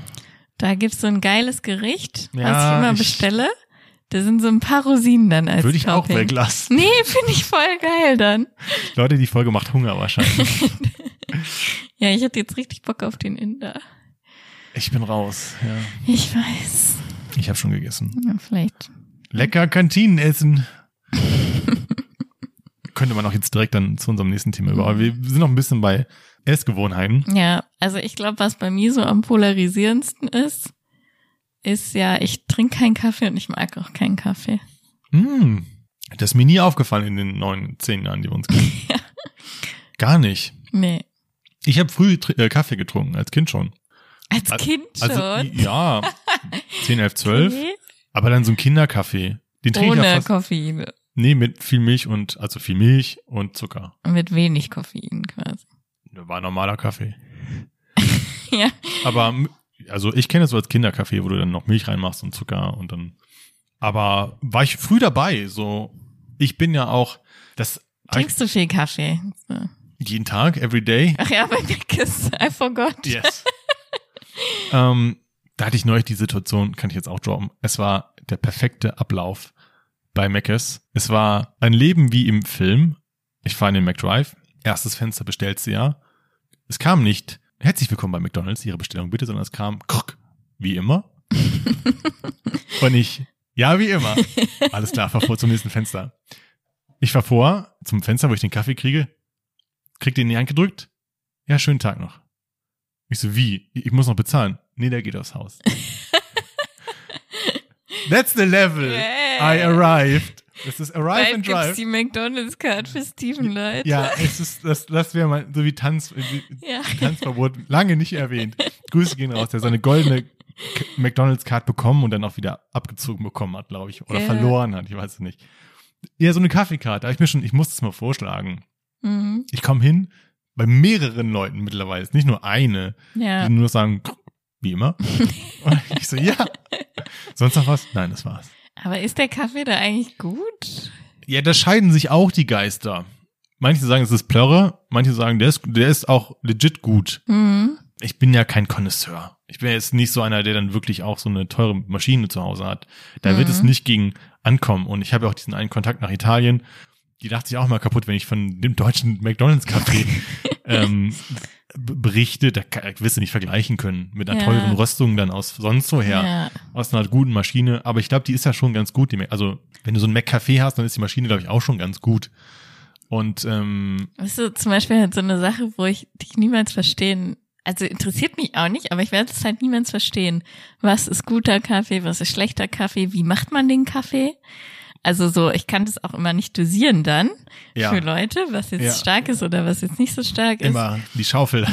[SPEAKER 2] Da gibt's so ein geiles Gericht, was
[SPEAKER 1] Ja,
[SPEAKER 2] ich immer
[SPEAKER 1] ich-
[SPEAKER 2] bestelle. Da sind so ein paar Rosinen dann als
[SPEAKER 1] Würde ich auch
[SPEAKER 2] Topping.
[SPEAKER 1] weglassen.
[SPEAKER 2] [LAUGHS] Nee, finde ich voll geil dann.
[SPEAKER 1] Leute, die Folge macht Hunger
[SPEAKER 2] [LAUGHS]
[SPEAKER 1] wahrscheinlich.
[SPEAKER 2] Ja, ich hatte jetzt richtig Bock auf den Inder.
[SPEAKER 1] Ich bin raus. Ja.
[SPEAKER 2] Ich weiß.
[SPEAKER 1] Ich habe schon gegessen.
[SPEAKER 2] Ja, vielleicht.
[SPEAKER 1] Lecker Kantinenessen. [LAUGHS] Könnte man auch jetzt direkt dann zu unserem nächsten Thema über. Aber wir sind noch ein bisschen bei Essgewohnheiten.
[SPEAKER 2] Ja, also ich glaube, was bei mir so am polarisierendsten ist, ist ja, ich trinke keinen Kaffee und ich mag auch keinen Kaffee.
[SPEAKER 1] Hm, das ist mir nie aufgefallen in den neun, zehn Jahren, die wir uns
[SPEAKER 2] [LAUGHS]
[SPEAKER 1] kennen. Gar nicht.
[SPEAKER 2] Nee.
[SPEAKER 1] Ich habe früh tr- äh, Kaffee getrunken, als Kind schon.
[SPEAKER 2] Als
[SPEAKER 1] Also-
[SPEAKER 2] Kind schon.
[SPEAKER 1] Also i-
[SPEAKER 2] [LAUGHS]
[SPEAKER 1] ja, 10, 11, 12.
[SPEAKER 2] Okay.
[SPEAKER 1] Aber dann so ein Kinderkaffee. Den trinke ich ja
[SPEAKER 2] Ohne
[SPEAKER 1] fast.
[SPEAKER 2] Koffein.
[SPEAKER 1] Nee, mit viel Milch und, also viel Milch und Zucker.
[SPEAKER 2] Mit wenig Koffein quasi.
[SPEAKER 1] War normaler Kaffee.
[SPEAKER 2] [LAUGHS] Ja.
[SPEAKER 1] Aber, m- also ich kenne das so als Kinderkaffee, wo du dann noch Milch reinmachst und Zucker und dann. Aber war ich früh dabei, so. Ich bin ja auch, das,
[SPEAKER 2] Trinkst du viel Kaffee? So.
[SPEAKER 1] jeden Tag, every day.
[SPEAKER 2] Ach ja, bei Meckes. I forgot.
[SPEAKER 1] Yes. ähm, da hatte ich neulich die Situation, kann ich jetzt auch droppen. Es war der perfekte Ablauf bei Meckes. Es war ein Leben wie im Film. Ich fahre in den McDrive. Erstes Fenster bestellst du ja. Es kam nicht, herzlich willkommen bei McDonalds, Ihre Bestellung bitte, sondern es kam, krok, wie immer. Und ich, ja, wie immer. Alles klar, fahr vor zum nächsten Fenster. Ich fahr vor zum Fenster, wo ich den Kaffee kriege. Krieg den in die Hand gedrückt. Ja, schönen Tag noch. Ich so, wie? Ich muss noch bezahlen. Nee, der geht aufs Haus. That's the level. I arrived. Das ist arrive
[SPEAKER 2] Bald
[SPEAKER 1] and
[SPEAKER 2] gibt's
[SPEAKER 1] drive.
[SPEAKER 2] die McDonalds-Card für Steven, Leute.
[SPEAKER 1] Ja, es ist, das, das wäre mal so wie Tanz, wie
[SPEAKER 2] Ja.
[SPEAKER 1] Tanzverbot, lange nicht erwähnt. Grüße gehen raus, der seine goldene K- McDonalds-Card bekommen und dann auch wieder abgezogen bekommen hat, glaube ich. Oder
[SPEAKER 2] Ja.
[SPEAKER 1] verloren hat, ich weiß es nicht. Ja, so eine Kaffeekarte. Aber Ich, mir schon, ich muss das mal vorschlagen.
[SPEAKER 2] Mhm.
[SPEAKER 1] Ich komme hin, bei mehreren Leuten mittlerweile, ist nicht nur eine,
[SPEAKER 2] Ja.
[SPEAKER 1] die nur sagen, wie
[SPEAKER 2] [LAUGHS]
[SPEAKER 1] immer. Und ich so, ja. Sonst noch was? Nein, das war's.
[SPEAKER 2] Aber ist der Kaffee da eigentlich gut?
[SPEAKER 1] Ja, da scheiden sich auch die Geister. Manche sagen, es ist Plörre, manche sagen, der ist, der ist auch legit gut.
[SPEAKER 2] Mhm.
[SPEAKER 1] Ich bin ja kein Connoisseur. Ich bin ja jetzt nicht so einer, der dann wirklich auch so eine teure Maschine zu Hause hat. Da wird
[SPEAKER 2] Mhm.
[SPEAKER 1] es nicht gegen ankommen. Und ich habe ja auch diesen einen Kontakt nach Italien. Die dachte ich auch mal kaputt, wenn ich von dem deutschen
[SPEAKER 2] [LAUGHS]
[SPEAKER 1] McDonalds-Café ähm, b- berichte. Da kann- wirst du nicht vergleichen können mit einer
[SPEAKER 2] Ja.
[SPEAKER 1] teuren Röstung dann aus sonst woher
[SPEAKER 2] ja.
[SPEAKER 1] aus einer guten Maschine, aber ich glaube, die ist ja schon ganz gut. Die Mac also wenn du so einen Mac-Café hast, dann ist die Maschine, glaube ich, auch schon ganz gut. Und ähm,
[SPEAKER 2] Weißt du, zum Beispiel halt so eine Sache, wo ich dich niemals verstehen, also interessiert mich auch nicht, aber ich werde es halt niemals verstehen. Was ist guter Kaffee, was ist schlechter Kaffee, wie macht man den Kaffee? Also so, ich kann das auch immer nicht dosieren dann
[SPEAKER 1] ja,
[SPEAKER 2] für Leute, was jetzt
[SPEAKER 1] Ja.
[SPEAKER 2] stark ist oder was jetzt nicht so stark ist.
[SPEAKER 1] immer die
[SPEAKER 2] [LAUGHS]
[SPEAKER 1] Schaufel.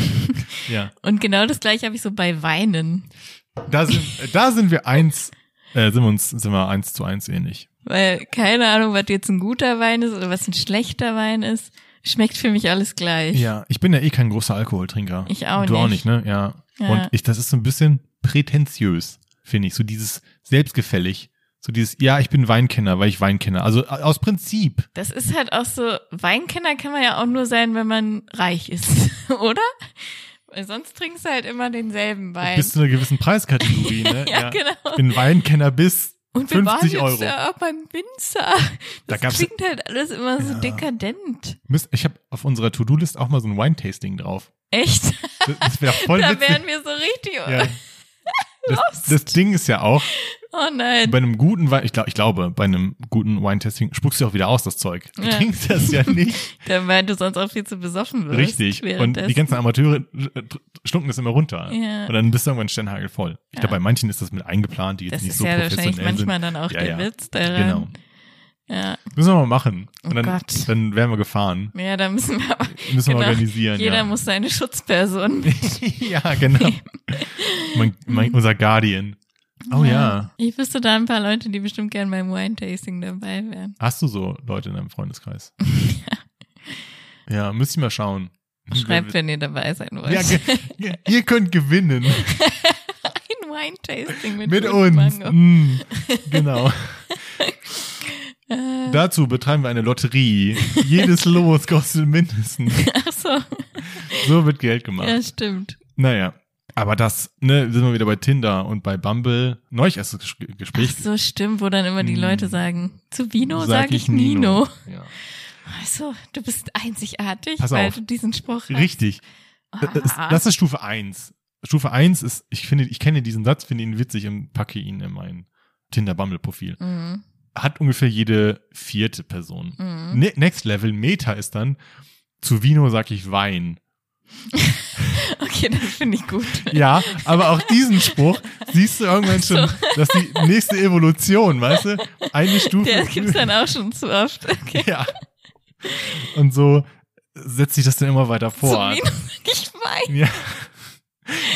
[SPEAKER 1] ja,
[SPEAKER 2] Und genau das gleiche habe ich so bei Weinen.
[SPEAKER 1] da sind, da sind wir eins, äh, sind wir uns, sind wir eins zu eins ähnlich.
[SPEAKER 2] Weil keine Ahnung, was jetzt ein guter Wein ist oder was ein schlechter Wein ist, schmeckt für mich alles gleich.
[SPEAKER 1] Ja, ich bin ja eh kein großer Alkoholtrinker.
[SPEAKER 2] Ich auch
[SPEAKER 1] du auch nicht, ne?
[SPEAKER 2] nicht.
[SPEAKER 1] Ja.
[SPEAKER 2] Ja.
[SPEAKER 1] Und ich, das ist so ein bisschen prätentiös, finde ich. So dieses selbstgefällig. So dieses, ja, ich bin Weinkenner, weil ich Wein kenne. Also a- aus Prinzip.
[SPEAKER 2] Das ist halt auch so, Weinkenner kann man ja auch nur sein, wenn man reich ist, [LAUGHS] oder? Weil sonst trinkst du halt immer denselben Wein.
[SPEAKER 1] Bis zu einer gewissen
[SPEAKER 2] [LAUGHS]
[SPEAKER 1] Preiskategorie, ne?
[SPEAKER 2] ja, genau.
[SPEAKER 1] Wenn Weinkenner bist,
[SPEAKER 2] Und wir waren
[SPEAKER 1] 50
[SPEAKER 2] jetzt
[SPEAKER 1] Euro.
[SPEAKER 2] ja auch beim Winzer.
[SPEAKER 1] Da
[SPEAKER 2] Das
[SPEAKER 1] gab's-
[SPEAKER 2] klingt halt alles immer so
[SPEAKER 1] Ja.
[SPEAKER 2] dekadent.
[SPEAKER 1] müsst- ich habe auf unserer To-Do-List auch mal so ein Wine-Tasting drauf.
[SPEAKER 2] Echt?
[SPEAKER 1] Das, das wäre [LAUGHS] voll
[SPEAKER 2] [LAUGHS] da
[SPEAKER 1] witzig.
[SPEAKER 2] wären wir so richtig.
[SPEAKER 1] Ja. Das, das Ding ist ja auch,
[SPEAKER 2] Oh nein.
[SPEAKER 1] bei einem guten Wein, ich, glaub, ich glaube, bei einem guten Wine-Tasting spuckst du auch wieder aus, das Zeug. Du
[SPEAKER 2] Ja.
[SPEAKER 1] trinkst das
[SPEAKER 2] [LAUGHS]
[SPEAKER 1] ja nicht
[SPEAKER 2] Dann weil du sonst auch viel zu besoffen wirst.
[SPEAKER 1] richtig. Und die
[SPEAKER 2] währenddessen.
[SPEAKER 1] ganzen Amateure äh, schlucken das immer runter.
[SPEAKER 2] Ja.
[SPEAKER 1] Und dann bist du irgendwann Sternhagel voll. Ich glaube, bei manchen ist das mit eingeplant, die jetzt
[SPEAKER 2] Das
[SPEAKER 1] nicht
[SPEAKER 2] ist
[SPEAKER 1] so
[SPEAKER 2] ja
[SPEAKER 1] professionell
[SPEAKER 2] wahrscheinlich manchmal
[SPEAKER 1] sind.
[SPEAKER 2] dann auch
[SPEAKER 1] Ja,
[SPEAKER 2] der
[SPEAKER 1] ja.
[SPEAKER 2] Witz daran.
[SPEAKER 1] Genau.
[SPEAKER 2] Ja.
[SPEAKER 1] Müssen wir mal machen. Und
[SPEAKER 2] Oh
[SPEAKER 1] dann,
[SPEAKER 2] Gott.
[SPEAKER 1] dann wären wir gefahren.
[SPEAKER 2] ja, da müssen wir aber.
[SPEAKER 1] Müssen
[SPEAKER 2] Genau.
[SPEAKER 1] wir organisieren.
[SPEAKER 2] Jeder
[SPEAKER 1] ja. [LAUGHS]
[SPEAKER 2] muss seine Schutzperson
[SPEAKER 1] ja,
[SPEAKER 2] [LAUGHS]
[SPEAKER 1] genau. mein, mein, unser Guardian. Oh ja.
[SPEAKER 2] Ich wüsste da ein paar Leute, die bestimmt gern beim Wine-Tasting dabei wären.
[SPEAKER 1] Hast du so Leute in deinem
[SPEAKER 2] [LAUGHS]
[SPEAKER 1] Freundeskreis? ja, müsst ihr mal schauen.
[SPEAKER 2] Schreibt, wenn ihr dabei sein wollt.
[SPEAKER 1] ja, ge ge- ihr könnt
[SPEAKER 2] [LAUGHS]
[SPEAKER 1] gewinnen
[SPEAKER 2] Ein [LAUGHS] Wine-Tasting mit,
[SPEAKER 1] mit
[SPEAKER 2] Fruit
[SPEAKER 1] uns.
[SPEAKER 2] Mango.
[SPEAKER 1] Mm, genau.
[SPEAKER 2] [LAUGHS] Äh,
[SPEAKER 1] Dazu betreiben wir eine Lotterie. Jedes Los kostet mindestens.
[SPEAKER 2] ach so,
[SPEAKER 1] So wird Geld gemacht.
[SPEAKER 2] ja, stimmt.
[SPEAKER 1] Naja. Aber das, ne, sind wir wieder bei Tinder und bei Bumble. Neulich erst das Ges- Gespräch.
[SPEAKER 2] Ach so, stimmt, wo dann immer die
[SPEAKER 1] Hm.
[SPEAKER 2] Leute sagen, zu Vino sage sag ich Nino.
[SPEAKER 1] Ja.
[SPEAKER 2] Also, du bist einzigartig,
[SPEAKER 1] Pass
[SPEAKER 2] weil
[SPEAKER 1] auf.
[SPEAKER 2] du diesen Spruch
[SPEAKER 1] Richtig.
[SPEAKER 2] hast.
[SPEAKER 1] Das,
[SPEAKER 2] Ah.
[SPEAKER 1] das ist Stufe eins. Stufe eins ist, ich finde, ich kenne diesen Satz, finde ihn witzig und packe ihn in mein Tinder-Bumble-Profil.
[SPEAKER 2] Mhm.
[SPEAKER 1] Hat ungefähr jede vierte Person.
[SPEAKER 2] Mhm.
[SPEAKER 1] Ne Next Level, Meta ist dann, zu Vino sag ich Wein.
[SPEAKER 2] Okay, das finde ich gut.
[SPEAKER 1] [LAUGHS] Ja, aber auch diesen Spruch siehst du irgendwann schon,
[SPEAKER 2] Ach
[SPEAKER 1] dass die nächste Evolution, weißt du,
[SPEAKER 2] [LAUGHS]
[SPEAKER 1] eine Stufe.
[SPEAKER 2] Der gibt's
[SPEAKER 1] [LAUGHS]
[SPEAKER 2] dann auch schon zu oft. Okay.
[SPEAKER 1] Ja. Und so setzt sich das dann immer weiter fort.
[SPEAKER 2] Zu Vino sag ich Wein.
[SPEAKER 1] Ja.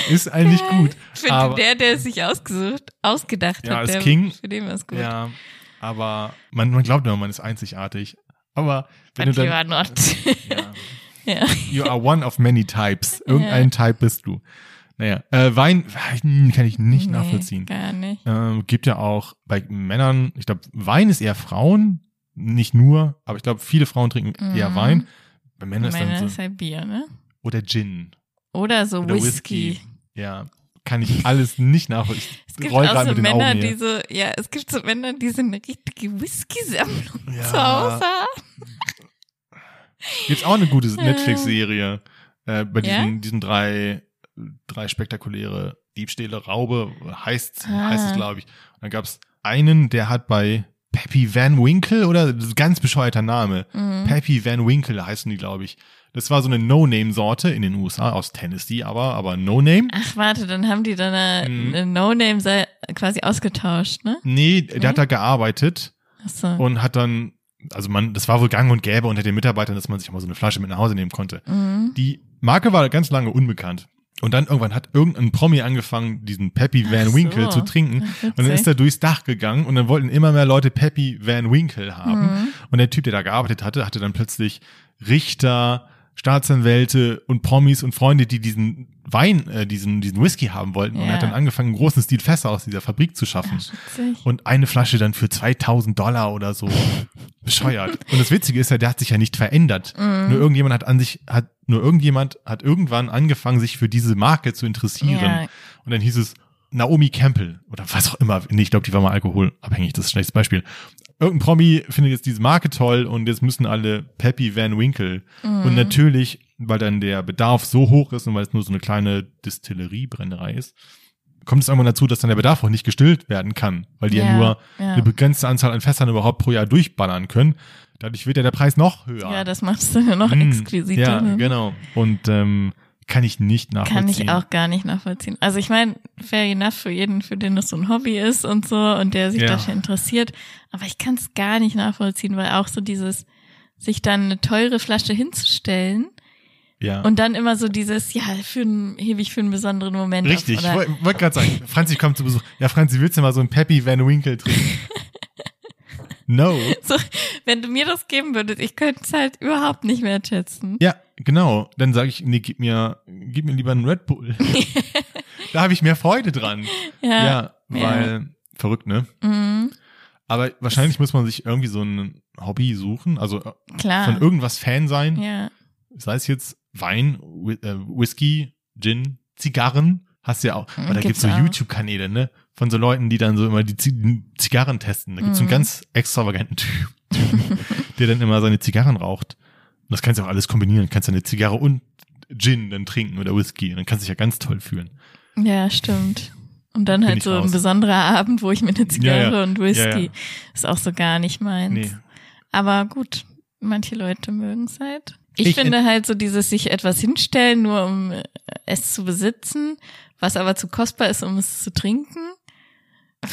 [SPEAKER 1] Ist eigentlich gut.
[SPEAKER 2] Für
[SPEAKER 1] Aber-
[SPEAKER 2] der, der es sich ausgesucht, ausgedacht
[SPEAKER 1] Ja,
[SPEAKER 2] hat,
[SPEAKER 1] ist
[SPEAKER 2] der,
[SPEAKER 1] King.
[SPEAKER 2] für den war es gut.
[SPEAKER 1] Ja. Aber man, man glaubt immer, man ist einzigartig. Aber wenn
[SPEAKER 2] But
[SPEAKER 1] du
[SPEAKER 2] you
[SPEAKER 1] dann.
[SPEAKER 2] are not.
[SPEAKER 1] Ja.
[SPEAKER 2] [LAUGHS] ja.
[SPEAKER 1] You are one of many
[SPEAKER 2] [LAUGHS]
[SPEAKER 1] types. Irgendein Type bist du. Naja, äh, Wein hm, kann ich nicht
[SPEAKER 2] Nee,
[SPEAKER 1] nachvollziehen.
[SPEAKER 2] Gar nicht.
[SPEAKER 1] Ähm, gibt ja auch bei Männern, ich glaube, Wein ist eher Frauen, nicht nur, aber ich glaube, viele Frauen trinken
[SPEAKER 2] Mhm.
[SPEAKER 1] eher Wein. Bei Männern ist
[SPEAKER 2] Meiner
[SPEAKER 1] dann
[SPEAKER 2] ist
[SPEAKER 1] so.
[SPEAKER 2] halt Bier, ne?
[SPEAKER 1] Oder Gin.
[SPEAKER 2] Oder so
[SPEAKER 1] Oder
[SPEAKER 2] Whisky.
[SPEAKER 1] Ja, kann ich alles nicht nachvollziehen. Ich
[SPEAKER 2] Es gibt
[SPEAKER 1] roll
[SPEAKER 2] auch
[SPEAKER 1] gerade
[SPEAKER 2] so
[SPEAKER 1] mit den
[SPEAKER 2] Männer,
[SPEAKER 1] Augen
[SPEAKER 2] die
[SPEAKER 1] hier.
[SPEAKER 2] so, ja, es gibt so Männer, die so eine richtige Whisky-Sammlung [LAUGHS] zu
[SPEAKER 1] Ja.
[SPEAKER 2] Hause haben.
[SPEAKER 1] Gibt's auch eine gute Netflix-Serie äh, bei
[SPEAKER 2] Ja?
[SPEAKER 1] diesen, diesen drei, drei spektakuläre Diebstähle, Raube heißt,
[SPEAKER 2] Ah.
[SPEAKER 1] heißt es, glaube ich. Und dann gab's einen, der hat bei Peppy Van Winkle oder das ist ein ganz bescheuerter Name.
[SPEAKER 2] Mhm.
[SPEAKER 1] Peppy Van Winkle heißen die, glaube ich. Das war so eine No-Name-Sorte in den USA, aus Tennessee aber, aber No-Name.
[SPEAKER 2] Ach, warte, dann haben die dann eine,
[SPEAKER 1] Mhm.
[SPEAKER 2] eine No-Name sei- quasi ausgetauscht, ne?
[SPEAKER 1] Nee, der
[SPEAKER 2] Nee?
[SPEAKER 1] hat da gearbeitet
[SPEAKER 2] Achso.
[SPEAKER 1] und hat dann, also man, das war wohl gang und gäbe unter den Mitarbeitern, dass man sich auch mal so eine Flasche mit nach Hause nehmen konnte.
[SPEAKER 2] Mhm.
[SPEAKER 1] Die Marke war ganz lange unbekannt. Und dann irgendwann hat irgendein Promi angefangen, diesen Peppy Van
[SPEAKER 2] Ach
[SPEAKER 1] Winkle
[SPEAKER 2] so.
[SPEAKER 1] zu trinken.
[SPEAKER 2] Ach,
[SPEAKER 1] Und dann
[SPEAKER 2] witzig.
[SPEAKER 1] ist er durchs Dach gegangen und dann wollten immer mehr Leute Peppy Van Winkle haben.
[SPEAKER 2] Mhm.
[SPEAKER 1] Und der Typ, der da gearbeitet hatte, hatte dann plötzlich Richter, Staatsanwälte und Promis und Freunde, die diesen Wein, äh, diesen, diesen Whisky haben wollten. Und
[SPEAKER 2] Ja.
[SPEAKER 1] er hat dann angefangen, einen großen Stil Fässer aus dieser Fabrik zu schaffen.
[SPEAKER 2] Ach, witzig.
[SPEAKER 1] Und eine Flasche dann für 2000 Dollar oder
[SPEAKER 2] [LAUGHS]
[SPEAKER 1] so. Bescheuert. Und das Witzige ist ja, der hat sich ja nicht verändert. Nur
[SPEAKER 2] Mhm.
[SPEAKER 1] irgendjemand hat an sich, hat, nur irgendjemand hat irgendwann angefangen, sich für diese Marke zu interessieren.
[SPEAKER 2] Ja.
[SPEAKER 1] Und dann hieß es Naomi Campbell oder was auch immer. Nee, ich glaube, die war mal alkoholabhängig, das ist ein schlechtes Beispiel. Irgendein Promi findet jetzt diese Marke toll und jetzt müssen alle Peppy Van Winkle.
[SPEAKER 2] Mhm.
[SPEAKER 1] Und natürlich, weil dann der Bedarf so hoch ist und weil es nur so eine kleine Distillerie-Brennerei ist, kommt es irgendwann dazu, dass dann der Bedarf auch nicht gestillt werden kann, weil die ja,
[SPEAKER 2] Ja,
[SPEAKER 1] nur
[SPEAKER 2] ja.
[SPEAKER 1] eine begrenzte Anzahl an Fässern überhaupt pro Jahr durchballern können. Dadurch wird ja der Preis noch höher.
[SPEAKER 2] Ja, das macht es dann ja noch
[SPEAKER 1] Mm,
[SPEAKER 2] exquisiter.
[SPEAKER 1] Ja,
[SPEAKER 2] ne?
[SPEAKER 1] genau. Und ähm, kann ich nicht
[SPEAKER 2] Kann
[SPEAKER 1] nachvollziehen.
[SPEAKER 2] ich auch gar nicht nachvollziehen. Also ich meine, fair enough für jeden, für den das so ein Hobby ist und so und der sich
[SPEAKER 1] Ja.
[SPEAKER 2] dafür interessiert. Aber ich kann es gar nicht nachvollziehen, weil auch so dieses, sich dann eine teure Flasche hinzustellen
[SPEAKER 1] Ja.
[SPEAKER 2] und dann immer so dieses, ja, für einen, hebe ich für einen besonderen Moment auf,
[SPEAKER 1] Richtig, ich
[SPEAKER 2] Oder,
[SPEAKER 1] wollte wollt gerade sagen, Franzi kommt zu Besuch. Ja, Franzi, willst du mal so einen Peppy Van Winkle
[SPEAKER 2] [LAUGHS]
[SPEAKER 1] trinken? no.
[SPEAKER 2] so, wenn du mir das geben würdest, ich könnte es halt überhaupt nicht wertschätzen.
[SPEAKER 1] Ja, genau. Dann sage ich, nee, gib mir, gib mir lieber einen Red [LAUGHS] Bull. da habe ich mehr Freude dran. Ja, weil verrückt, ne?
[SPEAKER 2] Mhm,
[SPEAKER 1] Aber wahrscheinlich muss man sich irgendwie so ein Hobby suchen, also äh,
[SPEAKER 2] klar.
[SPEAKER 1] von irgendwas Fan sein.
[SPEAKER 2] ja.
[SPEAKER 1] sei es jetzt Wein, Whi- äh, Whisky, Gin, Zigarren, hast du ja auch.
[SPEAKER 2] Mhm,
[SPEAKER 1] Aber da gibt's
[SPEAKER 2] gibt's
[SPEAKER 1] so
[SPEAKER 2] auch.
[SPEAKER 1] YouTube-Kanäle, ne? Von so Leuten, die dann so immer die Zi- Zigarren testen. Da gibt's so einen
[SPEAKER 2] Mhm.
[SPEAKER 1] ganz extravaganten Typ, [LAUGHS] der dann immer seine Zigarren raucht. Und das kannst du auch alles kombinieren. Kannst du eine Zigarre und Gin dann trinken oder Whisky. Und dann kannst du dich ja ganz toll fühlen.
[SPEAKER 2] Ja, stimmt. Und dann
[SPEAKER 1] Bin
[SPEAKER 2] halt
[SPEAKER 1] ich
[SPEAKER 2] so
[SPEAKER 1] raus.
[SPEAKER 2] ein besonderer Abend, wo ich mit eine Zigarre
[SPEAKER 1] Ja, ja.
[SPEAKER 2] und Whisky
[SPEAKER 1] Ja, ja.
[SPEAKER 2] ist auch so gar nicht meins.
[SPEAKER 1] Nee.
[SPEAKER 2] Aber gut, manche Leute mögen es halt. Ich,
[SPEAKER 1] Ich-
[SPEAKER 2] finde halt so dieses sich etwas hinstellen, nur um äh, es zu besitzen, was aber zu kostbar ist, um es zu trinken.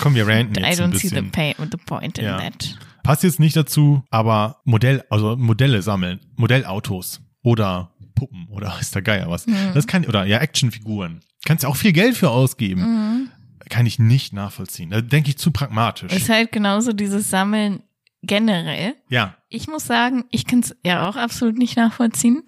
[SPEAKER 1] Komm, wir ranten
[SPEAKER 2] I
[SPEAKER 1] jetzt ein
[SPEAKER 2] don't see the,
[SPEAKER 1] bisschen.
[SPEAKER 2] pay, the point in
[SPEAKER 1] Ja.
[SPEAKER 2] that.
[SPEAKER 1] Passt jetzt nicht dazu, aber Modell, also Modelle sammeln, Modellautos oder Puppen oder [LAUGHS] ist der Geier was.
[SPEAKER 2] Mhm.
[SPEAKER 1] Das kann, oder ja, Actionfiguren. Kannst ja auch viel Geld für ausgeben.
[SPEAKER 2] Mhm.
[SPEAKER 1] Kann ich nicht nachvollziehen. Da denke ich zu pragmatisch.
[SPEAKER 2] Ist halt genauso dieses Sammeln generell.
[SPEAKER 1] ja.
[SPEAKER 2] Ich muss sagen, ich kann es ja auch absolut nicht nachvollziehen.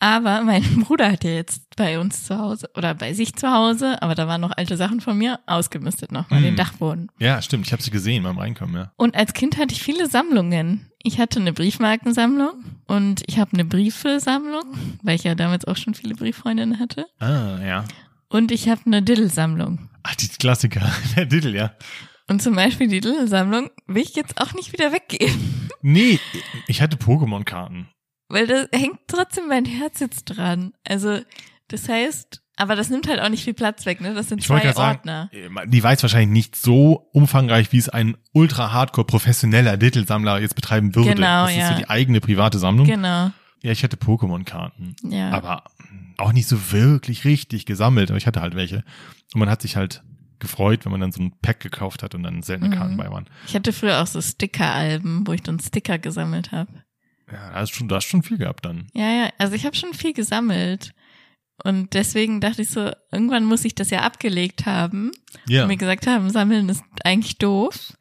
[SPEAKER 2] Aber mein [LAUGHS] Bruder hat ja jetzt bei uns zu Hause oder bei sich zu Hause, aber da waren noch alte Sachen von mir, ausgemistet nochmal
[SPEAKER 1] Mhm.
[SPEAKER 2] den Dachboden.
[SPEAKER 1] Ja, stimmt. Ich habe sie gesehen beim Reinkommen, ja.
[SPEAKER 2] Und als Kind hatte ich viele Sammlungen. Ich hatte eine Briefmarkensammlung und ich habe eine Briefesammlung, weil ich ja damals auch schon viele Brieffreundinnen hatte.
[SPEAKER 1] Ah, ja.
[SPEAKER 2] Und ich habe eine Diddle-Sammlung.
[SPEAKER 1] Ah, die Klassiker. [LAUGHS] Der Diddle, ja.
[SPEAKER 2] Und zum Beispiel die Diddle-Sammlung will ich jetzt auch nicht wieder weggeben,
[SPEAKER 1] Nee, ich hatte Pokémon-Karten.
[SPEAKER 2] [LAUGHS] weil da hängt trotzdem mein Herz jetzt dran. Also, das heißt, aber das nimmt halt auch nicht viel Platz weg, ne? Das sind
[SPEAKER 1] Ich wollte
[SPEAKER 2] zwei
[SPEAKER 1] gerade sagen,
[SPEAKER 2] Ordner.
[SPEAKER 1] Die weiß wahrscheinlich nicht so umfangreich, wie es ein ultra-hardcore-professioneller Diddle-Sammler jetzt betreiben würde.
[SPEAKER 2] Genau,
[SPEAKER 1] das ist
[SPEAKER 2] ja.
[SPEAKER 1] so die eigene private Sammlung.
[SPEAKER 2] Genau.
[SPEAKER 1] Ja, ich hatte Pokémon-Karten.
[SPEAKER 2] Ja.
[SPEAKER 1] aber auch nicht so wirklich richtig gesammelt, aber ich hatte halt welche. Und man hat sich halt gefreut, wenn man dann so ein Pack gekauft hat und dann seltene
[SPEAKER 2] Mhm.
[SPEAKER 1] Karten bei waren.
[SPEAKER 2] Ich hatte früher auch so Sticker-Alben, wo ich dann Sticker gesammelt habe.
[SPEAKER 1] Ja, da hast schon, da hast schon viel gehabt dann.
[SPEAKER 2] Ja, ja, also ich habe schon viel gesammelt. Und deswegen dachte ich so, irgendwann muss ich das ja abgelegt haben.
[SPEAKER 1] Ja,
[SPEAKER 2] Und mir gesagt haben, sammeln ist eigentlich doof.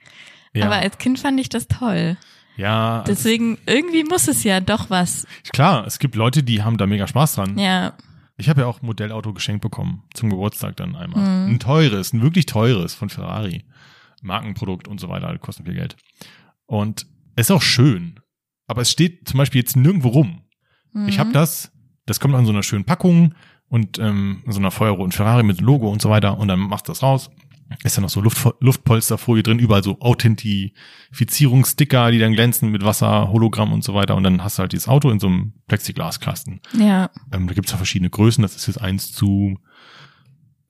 [SPEAKER 1] ja,
[SPEAKER 2] Aber als Kind fand ich das toll.
[SPEAKER 1] ja also,
[SPEAKER 2] Deswegen, irgendwie muss es ja doch was.
[SPEAKER 1] klar, es gibt Leute, die haben da mega Spaß dran.
[SPEAKER 2] Ja,
[SPEAKER 1] Ich habe ja auch ein Modellauto geschenkt bekommen, zum Geburtstag dann einmal.
[SPEAKER 2] Mhm.
[SPEAKER 1] Ein teures, ein wirklich teures von Ferrari. Markenprodukt und so weiter, kostet viel Geld. Und es ist auch schön, aber es steht zum Beispiel jetzt nirgendwo rum. Ich
[SPEAKER 2] Mhm.
[SPEAKER 1] habe das, das kommt an so einer schönen Packung und ähm, so einer feuerroten Ferrari mit Logo und so weiter und dann machst du das raus. Ist da noch so Luft, Luftpolsterfolie drin, überall so Authentifizierungssticker, die dann glänzen mit Wasser, Hologramm und so weiter. Und dann hast du halt dieses Auto in so einem Plexiglaskasten.
[SPEAKER 2] ja,
[SPEAKER 1] Ähm, da gibt's ja verschiedene Größen. Das ist jetzt 1 zu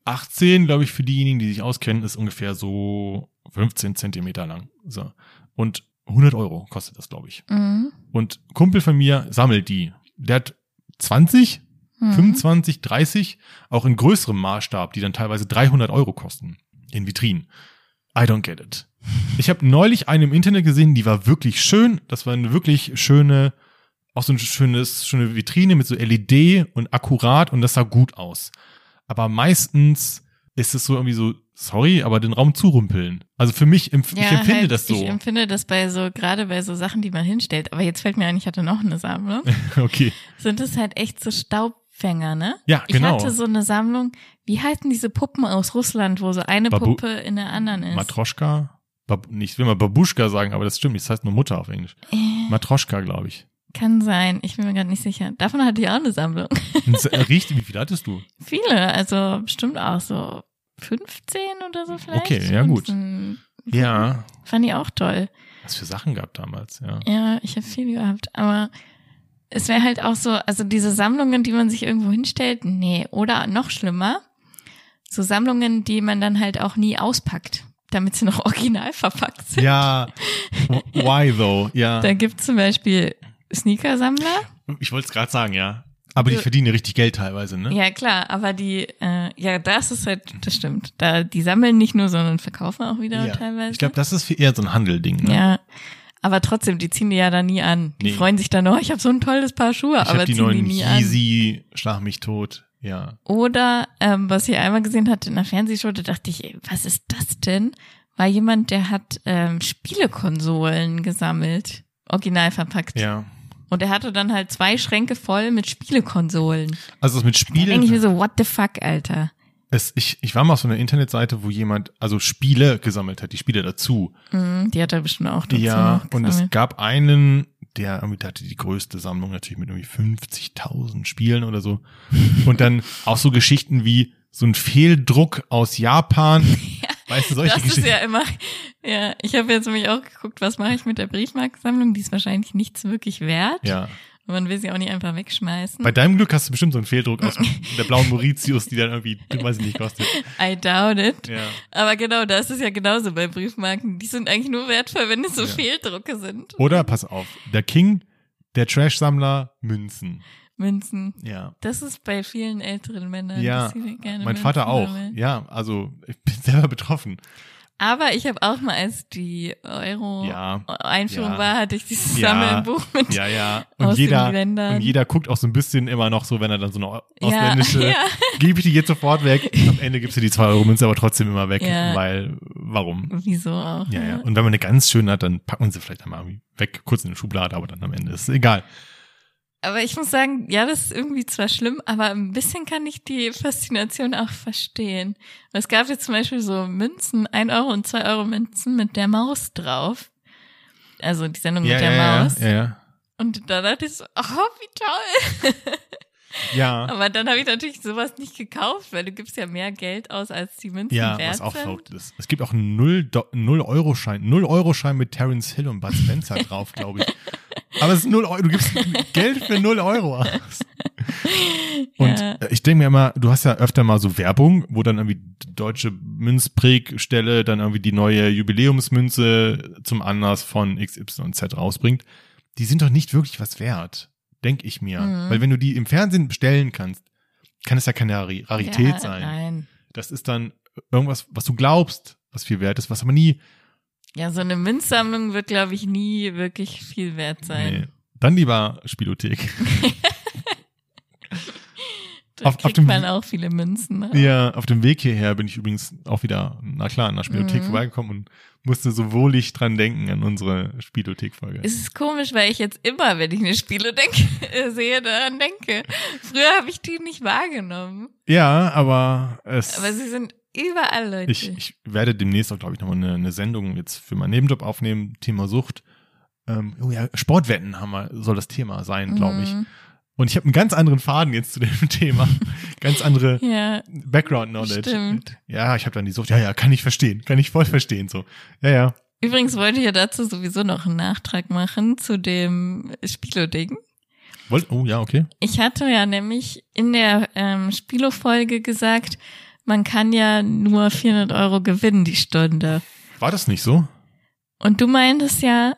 [SPEAKER 1] 18, glaube ich, für diejenigen, die sich auskennen, ist ungefähr so 15 Zentimeter lang. So. Und 100 Euro kostet das, glaube ich.
[SPEAKER 2] mhm.
[SPEAKER 1] Und ein Kumpel von mir sammelt die. Der hat 20,
[SPEAKER 2] Mhm.
[SPEAKER 1] 25, 30, auch in größerem Maßstab, die dann teilweise 300 Euro kosten in Vitrinen. I don't get it. Ich habe neulich eine im Internet gesehen, die war wirklich schön. Das war eine wirklich schöne, auch so eine schönes, schöne Vitrine mit so LED und akkurat und das sah gut aus. Aber meistens ist es so irgendwie so, sorry, aber den Raum zurümpeln. Also für mich, empf ich
[SPEAKER 2] Ja,
[SPEAKER 1] empfinde
[SPEAKER 2] halt,
[SPEAKER 1] das
[SPEAKER 2] Ich
[SPEAKER 1] so.
[SPEAKER 2] empfinde das bei so, gerade bei so Sachen, die man hinstellt. Aber jetzt fällt mir ein, ich hatte noch eine Sammlung.
[SPEAKER 1] [LAUGHS] Okay.
[SPEAKER 2] Sind es halt echt so Staubfänger, ne?
[SPEAKER 1] Ja,
[SPEAKER 2] Ich
[SPEAKER 1] genau.
[SPEAKER 2] hatte so eine Sammlung, wie heißen diese Puppen aus Russland, wo so eine
[SPEAKER 1] Babu-
[SPEAKER 2] Puppe in der anderen ist?
[SPEAKER 1] Matroschka? Bab ich will mal Babuschka sagen, aber das stimmt nicht. Das heißt nur Mutter auf Englisch.
[SPEAKER 2] Äh,
[SPEAKER 1] Matroschka, glaube
[SPEAKER 2] [LAUGHS]
[SPEAKER 1] ich.
[SPEAKER 2] Kann sein, ich bin mir gerade nicht sicher. Davon hatte ich auch eine Sammlung. [LAUGHS]
[SPEAKER 1] Und es äh, Riecht, wie viel hattest du?
[SPEAKER 2] Viele, also bestimmt auch so 15 oder so vielleicht.
[SPEAKER 1] Okay, ja, gut.
[SPEAKER 2] 15.
[SPEAKER 1] Ja.
[SPEAKER 2] Fand ich auch toll.
[SPEAKER 1] Was für Sachen gab damals, ja.
[SPEAKER 2] Ja, ich habe viel gehabt, aber es wäre halt auch so, also diese Sammlungen, die man sich irgendwo hinstellt, nee, oder noch schlimmer, so Sammlungen, die man dann halt auch nie auspackt, damit sie noch [LAUGHS] original verpackt sind.
[SPEAKER 1] Ja. Why though? Ja.
[SPEAKER 2] Da gibt's zum Beispiel Sneakersammler.
[SPEAKER 1] Ich wollte es gerade sagen, ja. Aber die
[SPEAKER 2] Ja.
[SPEAKER 1] verdienen richtig Geld teilweise, ne?
[SPEAKER 2] Ja, klar, aber die, äh, ja, das ist halt, das stimmt. Da, die sammeln nicht nur, sondern verkaufen auch wieder
[SPEAKER 1] Ja.
[SPEAKER 2] teilweise.
[SPEAKER 1] Ich glaube, das ist viel eher so ein Handelding, ne?
[SPEAKER 2] Ja. Aber trotzdem, die ziehen die ja da nie an. Die
[SPEAKER 1] Nee.
[SPEAKER 2] freuen sich dann, oh, ich habe so ein tolles Paar Schuhe,
[SPEAKER 1] Ich
[SPEAKER 2] aber
[SPEAKER 1] habe die
[SPEAKER 2] ziehen
[SPEAKER 1] neuen
[SPEAKER 2] die nie an.
[SPEAKER 1] Yeezy, Schlag mich tot. Ja.
[SPEAKER 2] Oder, ähm, was ich einmal gesehen hatte in einer Fernsehshow, da dachte ich, ey, was ist das denn? War jemand, der hat ähm, Spielekonsolen gesammelt, original verpackt.
[SPEAKER 1] Ja.
[SPEAKER 2] Und er hatte dann halt zwei Schränke voll mit Spielekonsolen.
[SPEAKER 1] Also das mit
[SPEAKER 2] Da denke ich mir
[SPEAKER 1] Spielen.
[SPEAKER 2] so, what the fuck, Alter?
[SPEAKER 1] Es, ich, ich war mal auf so einer Internetseite, wo jemand also Spiele gesammelt hat, die Spiele dazu.
[SPEAKER 2] Mhm, die hat er bestimmt auch dazu
[SPEAKER 1] Ja, und es
[SPEAKER 2] gesammelt.
[SPEAKER 1] gab einen, der irgendwie der hatte die größte Sammlung natürlich mit irgendwie 50.000 Spielen oder
[SPEAKER 2] [LAUGHS]
[SPEAKER 1] so. Und dann auch so Geschichten wie so ein Fehldruck aus
[SPEAKER 2] [LAUGHS]
[SPEAKER 1] Japan. weißt du, solche
[SPEAKER 2] Das ist
[SPEAKER 1] Geschichten.
[SPEAKER 2] ja immer, ja, ich habe jetzt nämlich auch geguckt, was mache ich mit der Briefmarkensammlung, die ist wahrscheinlich nichts wirklich wert.
[SPEAKER 1] ja.
[SPEAKER 2] Und man will sie auch nicht einfach wegschmeißen.
[SPEAKER 1] Bei deinem Glück hast du bestimmt so einen Fehldruck
[SPEAKER 2] [LAUGHS]
[SPEAKER 1] aus der blauen Mauritius, die dann irgendwie, weiß ich nicht, kostet.
[SPEAKER 2] I doubt it.
[SPEAKER 1] Ja.
[SPEAKER 2] Aber genau, das ist ja genauso bei Briefmarken. Die sind eigentlich nur wertvoll, wenn es so
[SPEAKER 1] Ja.
[SPEAKER 2] Fehldrucke sind.
[SPEAKER 1] Oder, pass auf, der King, der Trash-Sammler, Münzen.
[SPEAKER 2] Münzen.
[SPEAKER 1] Ja.
[SPEAKER 2] Das ist bei vielen älteren Männern.
[SPEAKER 1] Ja,
[SPEAKER 2] dass sie gerne
[SPEAKER 1] Mein
[SPEAKER 2] Münzen
[SPEAKER 1] Vater auch.
[SPEAKER 2] sammeln.
[SPEAKER 1] Ja, also ich bin selber betroffen.
[SPEAKER 2] Aber ich habe auch mal, als die Euro-Einführung
[SPEAKER 1] Ja. Ja.
[SPEAKER 2] war, hatte ich dieses
[SPEAKER 1] Ja.
[SPEAKER 2] Sammelbuch mit
[SPEAKER 1] Ja, ja.
[SPEAKER 2] Aus
[SPEAKER 1] Und
[SPEAKER 2] den
[SPEAKER 1] jeder,
[SPEAKER 2] Ländern.
[SPEAKER 1] und jeder guckt auch so ein bisschen immer noch so, wenn er dann so eine au-
[SPEAKER 2] Ja,
[SPEAKER 1] ausländische,
[SPEAKER 2] [LAUGHS] ja.
[SPEAKER 1] gebe ich die jetzt sofort weg. Am Ende gibst du die 2 Euro Münze aber trotzdem immer weg,
[SPEAKER 2] Ja.
[SPEAKER 1] weil, warum?
[SPEAKER 2] Wieso auch?
[SPEAKER 1] Ja, ja.
[SPEAKER 2] ne?
[SPEAKER 1] Und wenn man eine ganz schöne hat, dann packen wir sie vielleicht einmal irgendwie weg, kurz in die Schublade, aber dann am Ende ist es egal.
[SPEAKER 2] Aber ich muss sagen, ja, das ist irgendwie zwar schlimm, aber ein bisschen kann ich die Faszination auch verstehen. Weil Es gab jetzt zum Beispiel so Münzen, 1 Euro und 2 Euro Münzen mit der Maus drauf. Also die Sendung
[SPEAKER 1] Ja,
[SPEAKER 2] mit
[SPEAKER 1] ja,
[SPEAKER 2] der
[SPEAKER 1] ja,
[SPEAKER 2] Maus.
[SPEAKER 1] ja, ja.
[SPEAKER 2] Und da dachte ich so, oh, wie toll. [LAUGHS]
[SPEAKER 1] Ja.
[SPEAKER 2] Aber dann habe ich natürlich sowas nicht gekauft, weil du gibst ja mehr Geld aus, als die Münzen
[SPEAKER 1] Ja,
[SPEAKER 2] wert
[SPEAKER 1] was auch
[SPEAKER 2] sind.
[SPEAKER 1] verrückt ist. Es gibt auch einen null Do- null euro schein null euro schein mit Terence Hill und Bud
[SPEAKER 2] [LAUGHS]
[SPEAKER 1] Spencer drauf, glaube ich. Aber es ist null Euro, du gibst Geld für null Euro aus. Und
[SPEAKER 2] Ja.
[SPEAKER 1] äh, ich denke mir immer, du hast ja öfter mal so Werbung, wo dann irgendwie die deutsche Münzprägstelle dann irgendwie die neue Jubiläumsmünze zum Anlass von XYZ rausbringt. Die sind doch nicht wirklich was wert, denke ich mir.
[SPEAKER 2] Mhm.
[SPEAKER 1] Weil wenn du die im Fernsehen bestellen kannst, kann es ja keine Rari- Rarität
[SPEAKER 2] ja,
[SPEAKER 1] sein.
[SPEAKER 2] Nein.
[SPEAKER 1] Das ist dann irgendwas, was du glaubst, was viel wert ist, was aber nie.
[SPEAKER 2] Ja, so eine Münzsammlung wird, glaube ich, nie wirklich viel wert sein.
[SPEAKER 1] Nee. Dann lieber Spielothek.
[SPEAKER 2] Da
[SPEAKER 1] Auf- auf
[SPEAKER 2] kriegt
[SPEAKER 1] dem-
[SPEAKER 2] man auch viele Münzen. ne? raus.
[SPEAKER 1] Ja, auf dem Weg hierher bin ich übrigens auch wieder, na klar, an der Spielothek
[SPEAKER 2] Mhm.
[SPEAKER 1] vorbeigekommen und musste so wohlig dran denken an unsere Spielothek-Folge.
[SPEAKER 2] Es ist komisch, weil ich jetzt immer, wenn ich eine Spiele denke, [LAUGHS] äh, sehe, daran denke. Früher habe ich die nicht wahrgenommen.
[SPEAKER 1] Ja, aber es.
[SPEAKER 2] Aber sie sind überall, Leute.
[SPEAKER 1] ich, ich werde demnächst auch, glaube ich, nochmal eine, eine Sendung jetzt für meinen Nebenjob aufnehmen, Thema Sucht. Ähm, oh ja, Sportwetten haben wir, soll das Thema sein, glaube ich.
[SPEAKER 2] Mhm.
[SPEAKER 1] Und ich habe einen ganz anderen Faden jetzt zu dem [LAUGHS] Thema. ganz andere
[SPEAKER 2] Ja,
[SPEAKER 1] Background Knowledge.
[SPEAKER 2] Stimmt.
[SPEAKER 1] Ja, ich habe dann die Sucht. Ja, ja, kann ich verstehen, kann ich voll verstehen so. Ja, ja.
[SPEAKER 2] Übrigens wollte ich ja dazu sowieso noch einen Nachtrag machen zu dem Spielo-Ding.
[SPEAKER 1] Wollt, oh ja, okay.
[SPEAKER 2] Ich hatte ja nämlich in der ähm, Spielo-Folge gesagt, man kann ja nur 400 Euro gewinnen die Stunde.
[SPEAKER 1] War das nicht so?
[SPEAKER 2] Und du meintest ja,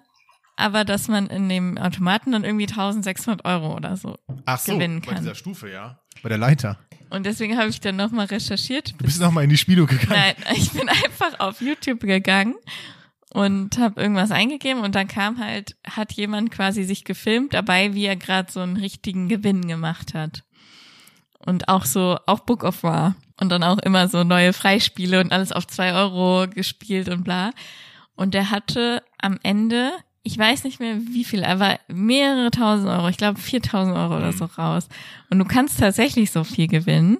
[SPEAKER 2] aber dass man in dem Automaten dann irgendwie 1600 Euro oder so.
[SPEAKER 1] Ach
[SPEAKER 2] Gewinnen kann.
[SPEAKER 1] Stufe, ja. Bei der Leiter.
[SPEAKER 2] Und deswegen habe ich dann nochmal recherchiert.
[SPEAKER 1] Du bist noch mal in die Spielo gegangen.
[SPEAKER 2] Nein, [LAUGHS] ich bin einfach auf YouTube gegangen und habe irgendwas eingegeben und dann kam halt, hat jemand quasi sich gefilmt dabei, wie er gerade so einen richtigen Gewinn gemacht hat. Und auch so, auch Book of War. Und dann auch immer so neue Freispiele und alles auf zwei Euro gespielt und bla. Und der hatte am Ende, ich weiß nicht mehr wie viel, aber mehrere tausend Euro, ich glaube 4000 Euro oder
[SPEAKER 1] Mhm.
[SPEAKER 2] so raus. Und du kannst tatsächlich so viel gewinnen,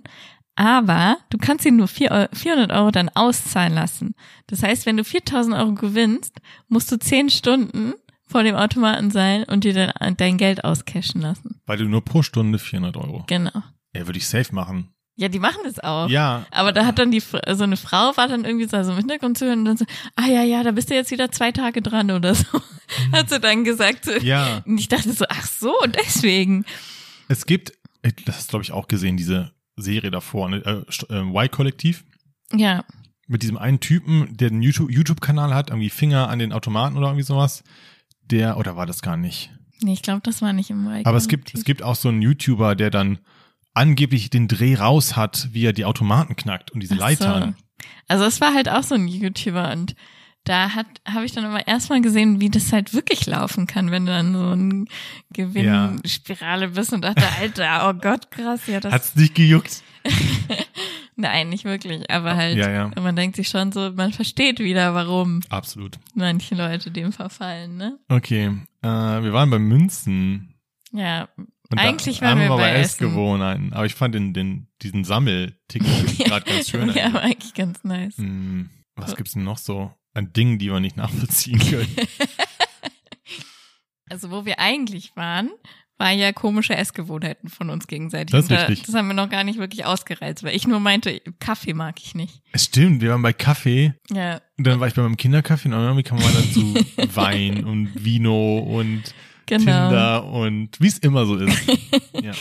[SPEAKER 2] aber du kannst ihn nur vier Eu- 400 Euro dann auszahlen lassen. Das heißt, wenn du 4000 Euro gewinnst, musst du 10 Stunden vor dem Automaten sein und dir dein, dein Geld auscashen lassen.
[SPEAKER 1] Weil du nur pro Stunde 400 Euro.
[SPEAKER 2] Genau.
[SPEAKER 1] Ja, würde ich safe machen.
[SPEAKER 2] Ja, die machen das auch.
[SPEAKER 1] Ja.
[SPEAKER 2] Aber da hat dann die, Fr- so eine Frau war dann irgendwie so also im Hintergrund zu hören und dann so, ah ja, ja, da bist du jetzt wieder zwei Tage dran oder so. Hat sie dann gesagt. So.
[SPEAKER 1] Mhm.
[SPEAKER 2] [LAUGHS]
[SPEAKER 1] Ja.
[SPEAKER 2] Und ich dachte so, ach so, deswegen.
[SPEAKER 1] Es gibt, äh, das hast du, glaube ich, auch gesehen, diese Serie davor, ne? äh, St- äh, Y-Kollektiv.
[SPEAKER 2] Ja,
[SPEAKER 1] mit diesem einen Typen, der einen YouTube- YouTube-Kanal hat, irgendwie Finger an den Automaten oder irgendwie sowas. Der, oder war das gar nicht?
[SPEAKER 2] nee, ich glaube, das war nicht im Mike.
[SPEAKER 1] Aber es gibt, es gibt auch so einen YouTuber, der dann angeblich den Dreh raus hat, wie er die Automaten knackt und diese
[SPEAKER 2] Ach so.
[SPEAKER 1] Leitern.
[SPEAKER 2] Also es war halt auch so ein YouTuber und da hat habe ich dann immer erstmal gesehen, wie das halt wirklich laufen kann, wenn du dann so ein Gewinnspirale bist und
[SPEAKER 1] [LAUGHS]
[SPEAKER 2] dachte, Alter, oh Gott, krass, ja das
[SPEAKER 1] Hat's nicht gejuckt?
[SPEAKER 2] nein, nicht wirklich, aber halt
[SPEAKER 1] Ja, ja.
[SPEAKER 2] man denkt sich schon so, man versteht wieder, warum
[SPEAKER 1] Absolut.
[SPEAKER 2] manche Leute dem verfallen, ne?
[SPEAKER 1] Okay, äh, wir waren bei Münzen.
[SPEAKER 2] Ja,
[SPEAKER 1] Und
[SPEAKER 2] Eigentlich
[SPEAKER 1] da,
[SPEAKER 2] waren
[SPEAKER 1] haben
[SPEAKER 2] wir
[SPEAKER 1] mal
[SPEAKER 2] bei
[SPEAKER 1] bei
[SPEAKER 2] Essen.
[SPEAKER 1] Essgewohnheiten. Aber ich fand den, den, diesen
[SPEAKER 2] [LAUGHS]
[SPEAKER 1] Sammelticket gerade ganz schön.
[SPEAKER 2] ja, war eigentlich ganz nice.
[SPEAKER 1] Hm, was gibt's denn noch so an Dingen, die wir nicht nachvollziehen
[SPEAKER 2] [LAUGHS]
[SPEAKER 1] können?
[SPEAKER 2] Also wo wir eigentlich waren, war ja komische Essgewohnheiten von uns gegenseitig.
[SPEAKER 1] Das ist
[SPEAKER 2] Und da,
[SPEAKER 1] richtig.
[SPEAKER 2] Das haben wir noch gar nicht wirklich ausgereizt, weil ich nur meinte, Kaffee mag ich nicht.
[SPEAKER 1] Es stimmt, wir waren bei Kaffee.
[SPEAKER 2] Ja,
[SPEAKER 1] Und dann war ich bei meinem Kinderkaffee und irgendwie kam man
[SPEAKER 2] [LAUGHS]
[SPEAKER 1] dazu Wein und Vino und
[SPEAKER 2] genau.
[SPEAKER 1] Tinder und wie es immer so
[SPEAKER 2] [LAUGHS]
[SPEAKER 1] ist. ja.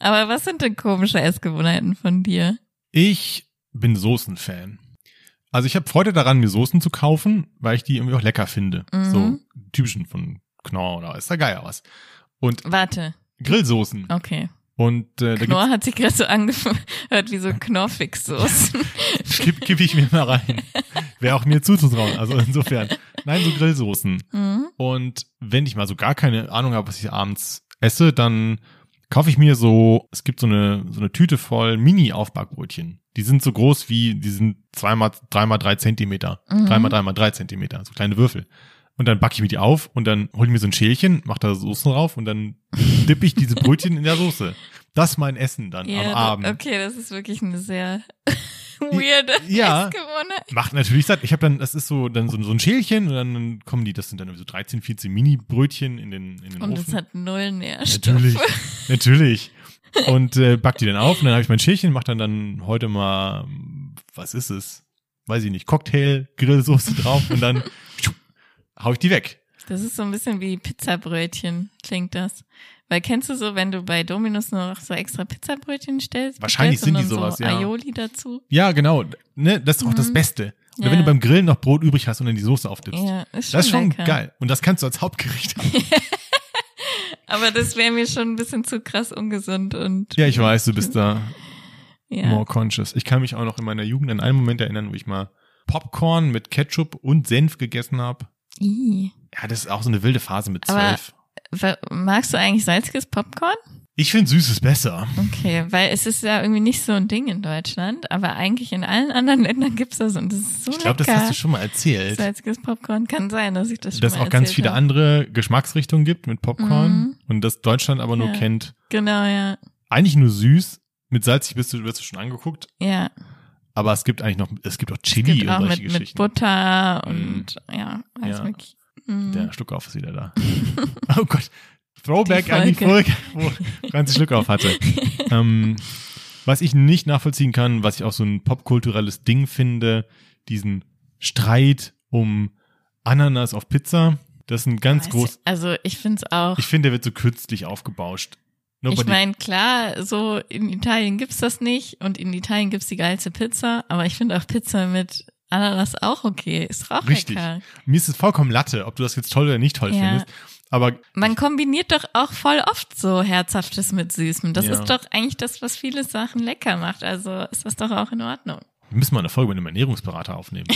[SPEAKER 2] Aber was sind denn komische Essgewohnheiten von dir?
[SPEAKER 1] Ich bin Soßen-Fan. Also ich habe Freude daran, mir Soßen zu kaufen, weil ich die irgendwie auch lecker finde.
[SPEAKER 2] Mhm.
[SPEAKER 1] So typischen von Knorr oder ist da geil was. Und
[SPEAKER 2] Warte,
[SPEAKER 1] Grillsoßen.
[SPEAKER 2] okay.
[SPEAKER 1] Und äh, da
[SPEAKER 2] Oh. Knorr hat sich gerade so [LAUGHS] angehört wie so Knorrfix-Soßen.
[SPEAKER 1] gibt's- kipp, kipp ich mir mal rein. Wäre auch mir zuzutrauen. Also insofern. Nein, so Grillsoßen.
[SPEAKER 2] [LAUGHS] mhm.
[SPEAKER 1] Und wenn ich mal so gar keine Ahnung habe, was ich abends esse, dann kaufe ich mir so, es gibt so eine, so eine Tüte voll Mini-Aufbackbrötchen. Die sind so groß wie, die sind zweimal, dreimal drei Zentimeter.
[SPEAKER 2] Mhm.
[SPEAKER 1] Dreimal, dreimal drei Zentimeter. So kleine Würfel. Und dann backe ich mir die auf und dann hole ich mir so ein Schälchen, mache da Soße drauf und dann dippe ich diese Brötchen in der Soße. Das ist mein Essen dann
[SPEAKER 2] Ja,
[SPEAKER 1] am
[SPEAKER 2] da-
[SPEAKER 1] Abend.
[SPEAKER 2] Okay, das ist wirklich eine sehr [LAUGHS] weirde
[SPEAKER 1] Ja.
[SPEAKER 2] Essgewohnheit.
[SPEAKER 1] Macht natürlich satt. Ich habe dann, das ist so, dann so, so ein Schälchen und dann kommen die, das sind dann so 13, 14 Mini-Brötchen in den, in den
[SPEAKER 2] Und
[SPEAKER 1] Ofen.
[SPEAKER 2] es hat null Nährstoffe.
[SPEAKER 1] [LAUGHS] Natürlich, natürlich. und äh, back die dann auf. Und dann habe ich mein Schälchen, mache dann dann heute mal, mm, was ist es? Weiß ich nicht, Cocktail, Grillsoße drauf und dann [LAUGHS] schup, hau ich die weg.
[SPEAKER 2] Das ist so ein bisschen wie Pizzabrötchen, klingt das. Weil kennst du so, wenn du bei Dominus noch so extra Pizzabrötchen stellst?
[SPEAKER 1] Wahrscheinlich
[SPEAKER 2] bestellst und
[SPEAKER 1] sind die
[SPEAKER 2] dann
[SPEAKER 1] sowas,
[SPEAKER 2] so
[SPEAKER 1] ja.
[SPEAKER 2] Aioli dazu.
[SPEAKER 1] Ja, genau. Ne, das ist doch das
[SPEAKER 2] Mhm.
[SPEAKER 1] Beste. Oder
[SPEAKER 2] Ja.
[SPEAKER 1] wenn du beim Grillen noch Brot übrig hast und dann die Soße aufdippst.
[SPEAKER 2] Ja, ist schon,
[SPEAKER 1] das ist schon
[SPEAKER 2] lecker.
[SPEAKER 1] geil. Und das kannst du als
[SPEAKER 2] [LAUGHS]
[SPEAKER 1] Hauptgericht haben.
[SPEAKER 2] Aber das wäre mir schon ein bisschen zu krass ungesund und
[SPEAKER 1] ja, ich weiß, du bist da
[SPEAKER 2] ja.
[SPEAKER 1] more conscious. Ich kann mich auch noch in meiner Jugend an einen Moment erinnern, wo ich mal Popcorn mit Ketchup und Senf gegessen habe.
[SPEAKER 2] Ih.
[SPEAKER 1] Ja, das ist auch so eine wilde Phase mit
[SPEAKER 2] Aber-
[SPEAKER 1] zwölf.
[SPEAKER 2] Wa- Magst du eigentlich salziges Popcorn?
[SPEAKER 1] Ich finde Süßes besser.
[SPEAKER 2] Okay, weil es ist ja irgendwie nicht so ein Ding in Deutschland, aber eigentlich in allen anderen Ländern gibt's das und das ist so
[SPEAKER 1] Ich glaube, das
[SPEAKER 2] Oh, lecker.
[SPEAKER 1] hast du schon mal erzählt.
[SPEAKER 2] Salziges Popcorn kann sein, dass ich das schon
[SPEAKER 1] Dass es
[SPEAKER 2] mal
[SPEAKER 1] auch ganz
[SPEAKER 2] erzählt
[SPEAKER 1] viele
[SPEAKER 2] habe.
[SPEAKER 1] andere Geschmacksrichtungen gibt mit Popcorn
[SPEAKER 2] Mhm.
[SPEAKER 1] und dass Deutschland aber nur
[SPEAKER 2] Ja.
[SPEAKER 1] kennt,
[SPEAKER 2] Genau, ja.
[SPEAKER 1] eigentlich nur süß. Mit salzig bist du, wirst du schon angeguckt,
[SPEAKER 2] Ja,
[SPEAKER 1] aber es gibt eigentlich noch, es gibt auch
[SPEAKER 2] es
[SPEAKER 1] Chili
[SPEAKER 2] gibt
[SPEAKER 1] und
[SPEAKER 2] auch
[SPEAKER 1] solche
[SPEAKER 2] mit, mit
[SPEAKER 1] Geschichten. Mhm.
[SPEAKER 2] Butter und ja, alles
[SPEAKER 1] Ja.
[SPEAKER 2] mögliche. Mhm.
[SPEAKER 1] Der Schluckauf ist wieder
[SPEAKER 2] [LAUGHS]
[SPEAKER 1] da. oh Gott. Throwback
[SPEAKER 2] Die
[SPEAKER 1] an die
[SPEAKER 2] Folge.
[SPEAKER 1] Folge, wo Franzi Schluckauf hatte.
[SPEAKER 2] [LAUGHS]
[SPEAKER 1] ähm, was ich nicht nachvollziehen kann, was ich auch so ein popkulturelles Ding finde, diesen Streit um Ananas auf Pizza, das ist ein ganz
[SPEAKER 2] Weiß
[SPEAKER 1] groß.
[SPEAKER 2] ich- Also ich find's auch.
[SPEAKER 1] Ich finde, der wird so künstlich aufgebauscht.
[SPEAKER 2] Ich
[SPEAKER 1] Nobody-
[SPEAKER 2] meine, klar, so in Italien gibt's das nicht und in Italien gibt's die geilste Pizza, aber ich finde auch Pizza mit Ananas auch okay. Ist auch
[SPEAKER 1] Richtig.
[SPEAKER 2] lecker.
[SPEAKER 1] mir ist es vollkommen Latte, ob du das jetzt toll oder nicht toll
[SPEAKER 2] Ja.
[SPEAKER 1] findest. Aber
[SPEAKER 2] Man kombiniert doch auch voll oft so Herzhaftes mit Süßem. Das
[SPEAKER 1] Ja.
[SPEAKER 2] ist doch eigentlich das, was viele Sachen lecker macht. Also ist das doch auch in Ordnung.
[SPEAKER 1] wir müssen mal eine Folge mit einem Ernährungsberater
[SPEAKER 2] [LAUGHS]
[SPEAKER 1] aufnehmen.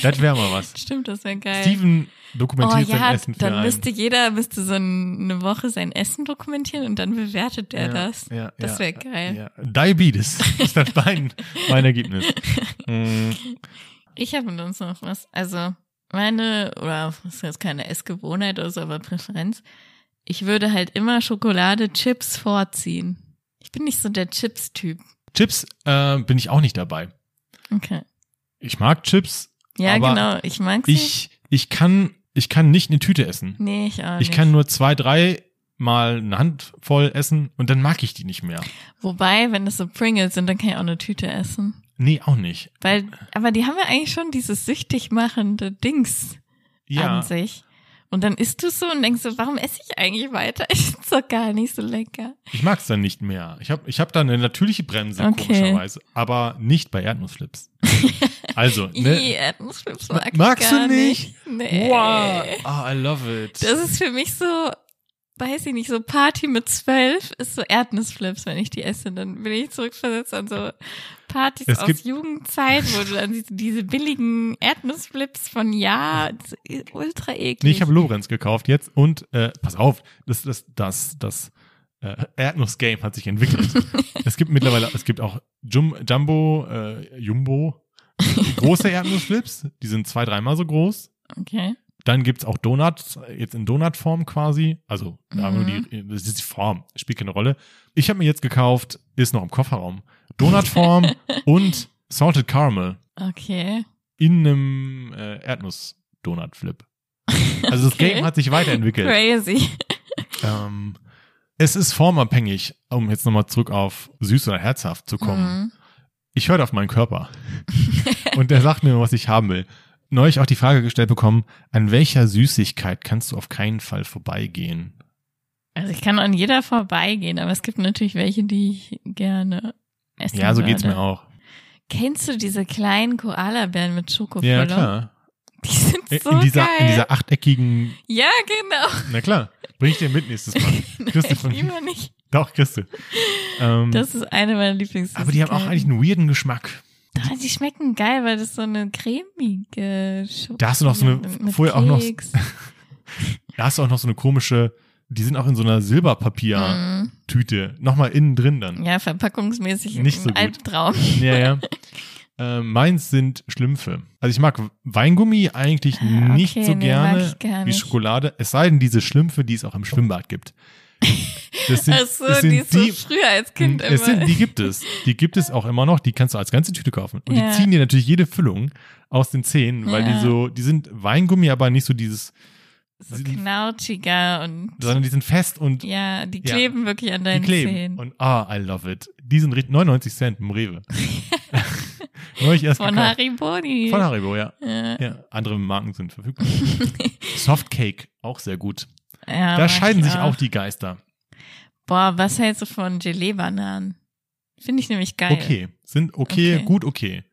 [SPEAKER 1] das wäre mal was.
[SPEAKER 2] Stimmt, das wäre geil.
[SPEAKER 1] Steven
[SPEAKER 2] oh
[SPEAKER 1] dokumentiert sein
[SPEAKER 2] ja,
[SPEAKER 1] Essen für
[SPEAKER 2] dann
[SPEAKER 1] einen.
[SPEAKER 2] müsste jeder müsste so ein- eine Woche sein Essen dokumentieren und dann bewertet er
[SPEAKER 1] Ja,
[SPEAKER 2] das.
[SPEAKER 1] ja,
[SPEAKER 2] das
[SPEAKER 1] ja,
[SPEAKER 2] wäre geil.
[SPEAKER 1] Ja.
[SPEAKER 2] [LAUGHS]
[SPEAKER 1] Diabetes ist dann mein, mein Ergebnis. Mm,
[SPEAKER 2] Ich habe mit uns noch was. Also meine, oder das ist jetzt keine Essgewohnheit oder so, aber Präferenz. Ich würde halt immer Schokolade Chips vorziehen. Ich bin nicht so der Chips-Typ.
[SPEAKER 1] Chips äh, bin ich auch nicht dabei.
[SPEAKER 2] Okay.
[SPEAKER 1] Ich mag Chips.
[SPEAKER 2] Ja,
[SPEAKER 1] Aber
[SPEAKER 2] genau. Ich mag's nicht.
[SPEAKER 1] Ich, ich, kann, ich kann nicht eine Tüte essen.
[SPEAKER 2] Nee, ich auch
[SPEAKER 1] Ich
[SPEAKER 2] nicht.
[SPEAKER 1] kann nur zwei, drei Mal eine Handvoll essen und dann mag ich die nicht mehr.
[SPEAKER 2] Wobei, wenn das so Pringles sind, dann kann ich auch eine Tüte essen.
[SPEAKER 1] Nee, auch nicht.
[SPEAKER 2] Weil, aber die haben ja eigentlich schon dieses süchtig machende Dings
[SPEAKER 1] Ja.
[SPEAKER 2] an sich. Und dann isst du so und denkst so, warum esse ich eigentlich weiter? [LAUGHS] Ich find's doch gar nicht so lecker.
[SPEAKER 1] Ich mag's dann nicht mehr. Ich habe ich hab da eine natürliche Bremse,
[SPEAKER 2] Okay.
[SPEAKER 1] komischerweise. Aber nicht bei
[SPEAKER 2] [LAUGHS]
[SPEAKER 1] Erdnussflips. also,
[SPEAKER 2] Nee.
[SPEAKER 1] ne?
[SPEAKER 2] Erdnussflips
[SPEAKER 1] Ma-
[SPEAKER 2] mag ich
[SPEAKER 1] magst
[SPEAKER 2] gar
[SPEAKER 1] du nicht?
[SPEAKER 2] Nee.
[SPEAKER 1] Wow. Ah, I love it.
[SPEAKER 2] Das ist für mich so, weiß ich nicht, so Party mit zwölf ist so Erdnussflips, wenn ich die esse. Dann bin ich zurückversetzt an so Partys
[SPEAKER 1] Es
[SPEAKER 2] aus
[SPEAKER 1] gibt-
[SPEAKER 2] Jugendzeit, wo du dann diese- diese billigen Erdnussflips von ja, das ist ultra eklig.
[SPEAKER 1] Nee, ich habe Lorenz gekauft jetzt und äh, pass auf, das das das das äh, Erdnuss Game hat sich
[SPEAKER 2] [LAUGHS]
[SPEAKER 1] entwickelt. es gibt mittlerweile es gibt auch Jum Jumbo äh, Jumbo große Erdnussflips, die sind zwei, dreimal so groß.
[SPEAKER 2] okay.
[SPEAKER 1] Dann gibt's auch Donuts, äh, jetzt in Donutform quasi. Also, da haben wir
[SPEAKER 2] Mhm.
[SPEAKER 1] die, das ist die Form, spielt keine Rolle. Ich habe mir jetzt gekauft, ist noch im Kofferraum,
[SPEAKER 2] [LAUGHS]
[SPEAKER 1] Donutform und Salted Caramel
[SPEAKER 2] Okay.
[SPEAKER 1] in einem äh, Erdnuss-Donut-Flip. Also das
[SPEAKER 2] Okay.
[SPEAKER 1] Game hat sich weiterentwickelt.
[SPEAKER 2] Crazy.
[SPEAKER 1] Ähm, es ist formabhängig, um jetzt nochmal zurück auf süß oder herzhaft zu kommen.
[SPEAKER 2] Mhm.
[SPEAKER 1] Ich höre auf meinen Körper [LAUGHS] und der sagt mir, was ich haben will. Neulich auch die Frage gestellt bekommen, an welcher Süßigkeit kannst du auf keinen Fall vorbeigehen?
[SPEAKER 2] Also ich kann an jeder vorbeigehen, aber es gibt natürlich welche, die ich gerne essen
[SPEAKER 1] Ja, so geht's
[SPEAKER 2] würde.
[SPEAKER 1] mir auch.
[SPEAKER 2] Kennst du diese kleinen Koalabären mit Schokofüllung?
[SPEAKER 1] Ja, klar.
[SPEAKER 2] Die sind
[SPEAKER 1] In-
[SPEAKER 2] so
[SPEAKER 1] in, dieser,
[SPEAKER 2] geil.
[SPEAKER 1] in dieser achteckigen,
[SPEAKER 2] ja,
[SPEAKER 1] [LAUGHS]
[SPEAKER 2] genau.
[SPEAKER 1] na klar, bring ich dir mit nächstes
[SPEAKER 2] [LAUGHS]
[SPEAKER 1] Mal. Kriegst du von mir.
[SPEAKER 2] Lieber nicht.
[SPEAKER 1] Doch, kriegst du. Ähm,
[SPEAKER 2] Das ist eine meiner Lieblings.
[SPEAKER 1] aber die haben auch eigentlich einen weirden Geschmack.
[SPEAKER 2] Doch, Die schmecken geil, weil das so eine cremige Schokolade.
[SPEAKER 1] Da hast du noch so eine- vorher auch noch- [LAUGHS] Da hast du auch noch so eine komische, die sind auch in so einer Silberpapiertüte,
[SPEAKER 2] Ja.
[SPEAKER 1] nochmal innen drin dann.
[SPEAKER 2] Hm. ja, verpackungsmäßig
[SPEAKER 1] Nicht so
[SPEAKER 2] ein
[SPEAKER 1] gut.
[SPEAKER 2] Albtraum.
[SPEAKER 1] Ja,
[SPEAKER 2] [LAUGHS]
[SPEAKER 1] ja. äh, meins sind Schlümpfe. Also ich mag Weingummi eigentlich
[SPEAKER 2] Ah,
[SPEAKER 1] nicht
[SPEAKER 2] okay,
[SPEAKER 1] so
[SPEAKER 2] nee, mag
[SPEAKER 1] gerne
[SPEAKER 2] ich gar
[SPEAKER 1] wie
[SPEAKER 2] nicht.
[SPEAKER 1] Schokolade, es sei denn diese Schlümpfe, die es auch im Schwimmbad gibt. Das sind,
[SPEAKER 2] [LAUGHS] Ach so,
[SPEAKER 1] das
[SPEAKER 2] die
[SPEAKER 1] sind
[SPEAKER 2] ist so früher als Kind immer.
[SPEAKER 1] es sind, die gibt es. Die gibt es auch immer noch. Die kannst du als ganze Tüte kaufen. Und
[SPEAKER 2] Ja.
[SPEAKER 1] die ziehen dir natürlich jede Füllung aus den Zähnen, weil
[SPEAKER 2] Ja.
[SPEAKER 1] die so, die sind Weingummi, aber nicht so dieses
[SPEAKER 2] so
[SPEAKER 1] Sie-
[SPEAKER 2] knautschiger und
[SPEAKER 1] sondern die sind fest und
[SPEAKER 2] ja, die
[SPEAKER 1] Ja.
[SPEAKER 2] kleben wirklich an
[SPEAKER 1] die
[SPEAKER 2] deinen
[SPEAKER 1] kleben.
[SPEAKER 2] Zähnen.
[SPEAKER 1] Und ah, I love it. Die sind richtig- 99 Cent im
[SPEAKER 2] [LAUGHS]
[SPEAKER 1] Rewe. [LAUGHS] Neulich erst
[SPEAKER 2] Von Äh,
[SPEAKER 1] gekauft.
[SPEAKER 2] Haribo, die.
[SPEAKER 1] Von Haribo, ja.
[SPEAKER 2] ja,
[SPEAKER 1] ja. Andere Marken sind
[SPEAKER 2] [LAUGHS]
[SPEAKER 1] verfügbar. Softcake, auch sehr gut.
[SPEAKER 2] ja,
[SPEAKER 1] da
[SPEAKER 2] mag
[SPEAKER 1] scheiden
[SPEAKER 2] Ah, ich
[SPEAKER 1] sich auch die Geister.
[SPEAKER 2] Boah, was hältst du von Gelee-Bananen? Finde ich nämlich geil.
[SPEAKER 1] Okay, sind okay,
[SPEAKER 2] Okay.
[SPEAKER 1] gut okay.